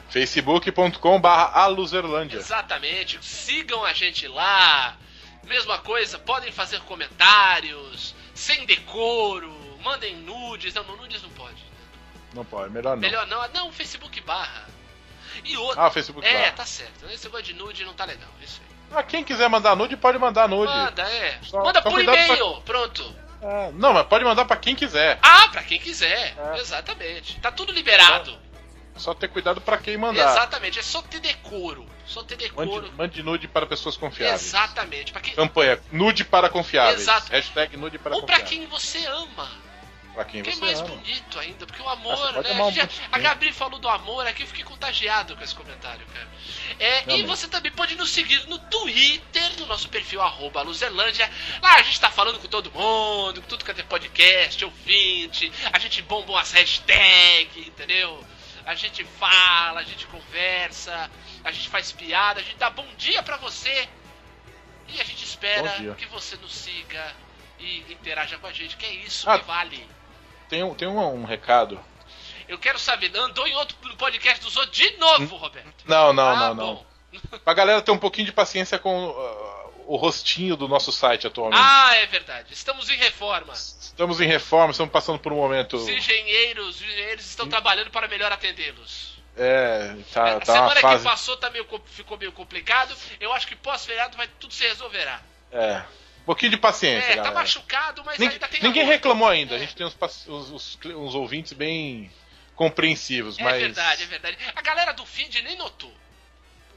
facebook.com barra É.
Exatamente. Sigam a gente lá. Mesma coisa, podem fazer comentários, sem decoro, mandem nudes. Não, nudes não pode.
Não pode, melhor não.
Melhor não. Não, Facebook barra. E outra.
Ah, Facebook
É,
barra.
tá certo. Esse negócio de nude não tá legal. Isso aí.
Ah, quem quiser mandar nude, pode mandar nude.
Manda, é.
Só-
Manda
só
por
cuidado
e-mail. Pronto.
É, não, mas pode mandar pra quem quiser.
Ah, pra quem quiser.
É.
Exatamente. Tá tudo liberado.
Só ter cuidado pra quem mandar.
Exatamente. É só ter decoro. Só ter decoro.
Mande, mande nude para pessoas confiáveis.
Exatamente. Pra quem...
Campanha nude para confiáveis.
Exato.
Hashtag nude para
Ou pra
confiáveis.
quem você ama.
Pra quem
Que é
você
mais
ama.
bonito ainda, porque o
Ah, você
amor,
pode
né?
amar
A,
um
gente já-
monte de
a Gabriel falou do amor aqui, eu fiquei contagiado com esse comentário, cara. É, e
Realmente.
você também pode nos seguir no Twitter, no nosso perfil arroba Luzerlândia. Lá a gente tá falando com todo mundo, com tudo que é podcast, ouvinte, a gente bomba as hashtags, entendeu? A gente fala, a gente conversa, a gente faz piada, a gente dá bom dia pra você. E a gente
Bom dia.
espera que você nos siga e interaja com a gente, que é isso
Ah.
que vale.
Tem, um- tem um, um recado.
Eu quero saber, andou em outro podcast dos outros de novo, Roberto.
Não, Hum? não,
Ah,
não, não. Pra galera ter um pouquinho de paciência com ah, o rostinho do nosso site atualmente.
Ah, é verdade. Estamos em reforma. Os
Estamos em reforma, estamos passando por um momento.
engenheiros, os engenheiros estão trabalhando para melhor atendê-los.
É, Hum. tá,
A
tá uma
semana que
fase.
passou tá meio co- ficou meio complicado. Eu acho que pós-feriado vai tudo se resolverá.
É. Um pouquinho de paciência,
É, tá
galera.
machucado, mas
Ninguém,
ainda tem né?
ninguém
amor.
reclamou ainda. A gente tem uns, paci- uns- uns cli- uns ouvintes bem compreensivos,
É
mas.
verdade, é verdade. A galera do feed nem notou.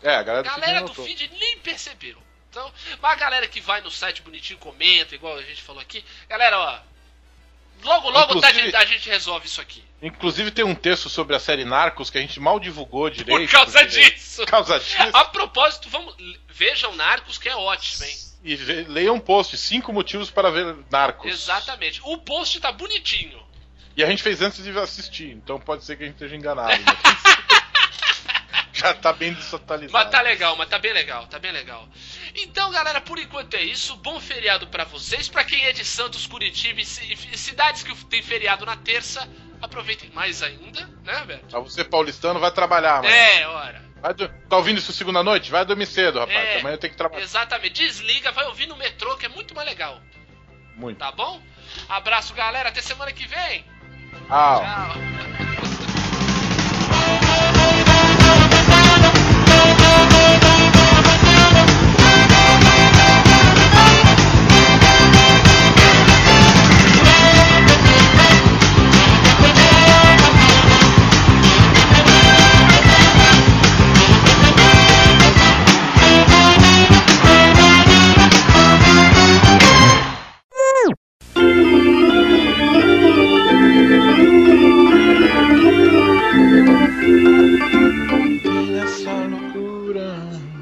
É, a galera,
A galera do
do feed não notou.
feed nem perceberam. Então, mas a galera que vai no site bonitinho, comenta, igual a gente falou aqui. Galera, ó. Logo, logo tá, a,
Inclusive-
gente, a gente resolve isso aqui.
Inclusive tem um texto sobre a série Narcos que a gente mal divulgou direito.
Por causa
porque-
disso.
Por causa disso.
A propósito, vamos. Vejam Narcos, que é ótimo, hein?
E ve- leia um post, cinco motivos para ver Narcos.
Exatamente. O post tá bonitinho.
E a gente fez antes de assistir, então pode ser que a gente esteja enganado. né? Já tá bem desatualizado.
Mas tá legal, mas tá bem legal, tá bem legal. Então, galera, por enquanto é isso. Bom feriado pra vocês. Pra quem é de Santos, Curitiba e ci- e cidades que tem feriado na terça, aproveitem mais ainda, né, velho?
Pra você paulistano, vai trabalhar, mano.
É, ora.
Vai do- Tá ouvindo isso segunda noite? Vai dormir cedo, rapaz.
É.
que Amanhã eu tenho que trabalhar
Exatamente. Desliga, vai ouvir no metrô, que é muito mais legal,
muito.
tá bom? Abraço, galera. Até semana que vem.
Ah.
Tchau.
Thank you.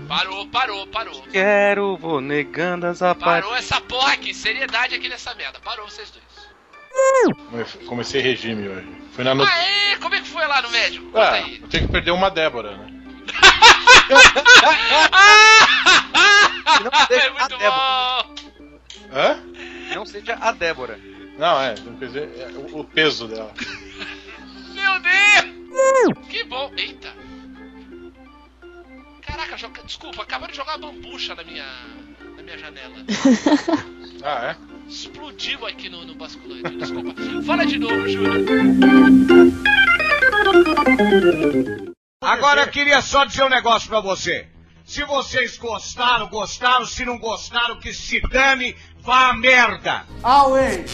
Parou, parou, parou.
Quero, vou negando as aparências.
Parou essa porra aqui, seriedade aqui nessa merda. Parou vocês dois.
Comecei regime hoje. Fui na no...
Aê, como é que foi lá no médico? Conta
Ah,
aí.
eu tenho que perder uma Débora, né?
é muito bom.
Hã?
Não seja a Débora.
Não, é, não quer dizer, é o, o peso dela.
Meu Deus! Que bom. Eita. Caraca, joga... desculpa, acabaram de jogar uma bambucha na minha, na minha janela.
ah, é?
Explodiu aqui no, no basculante, desculpa. Fala de novo, Júlio.
Agora eu queria só dizer um negócio pra você. Se vocês gostaram, gostaram. Se não gostaram, que se dane, vá à merda. Auei!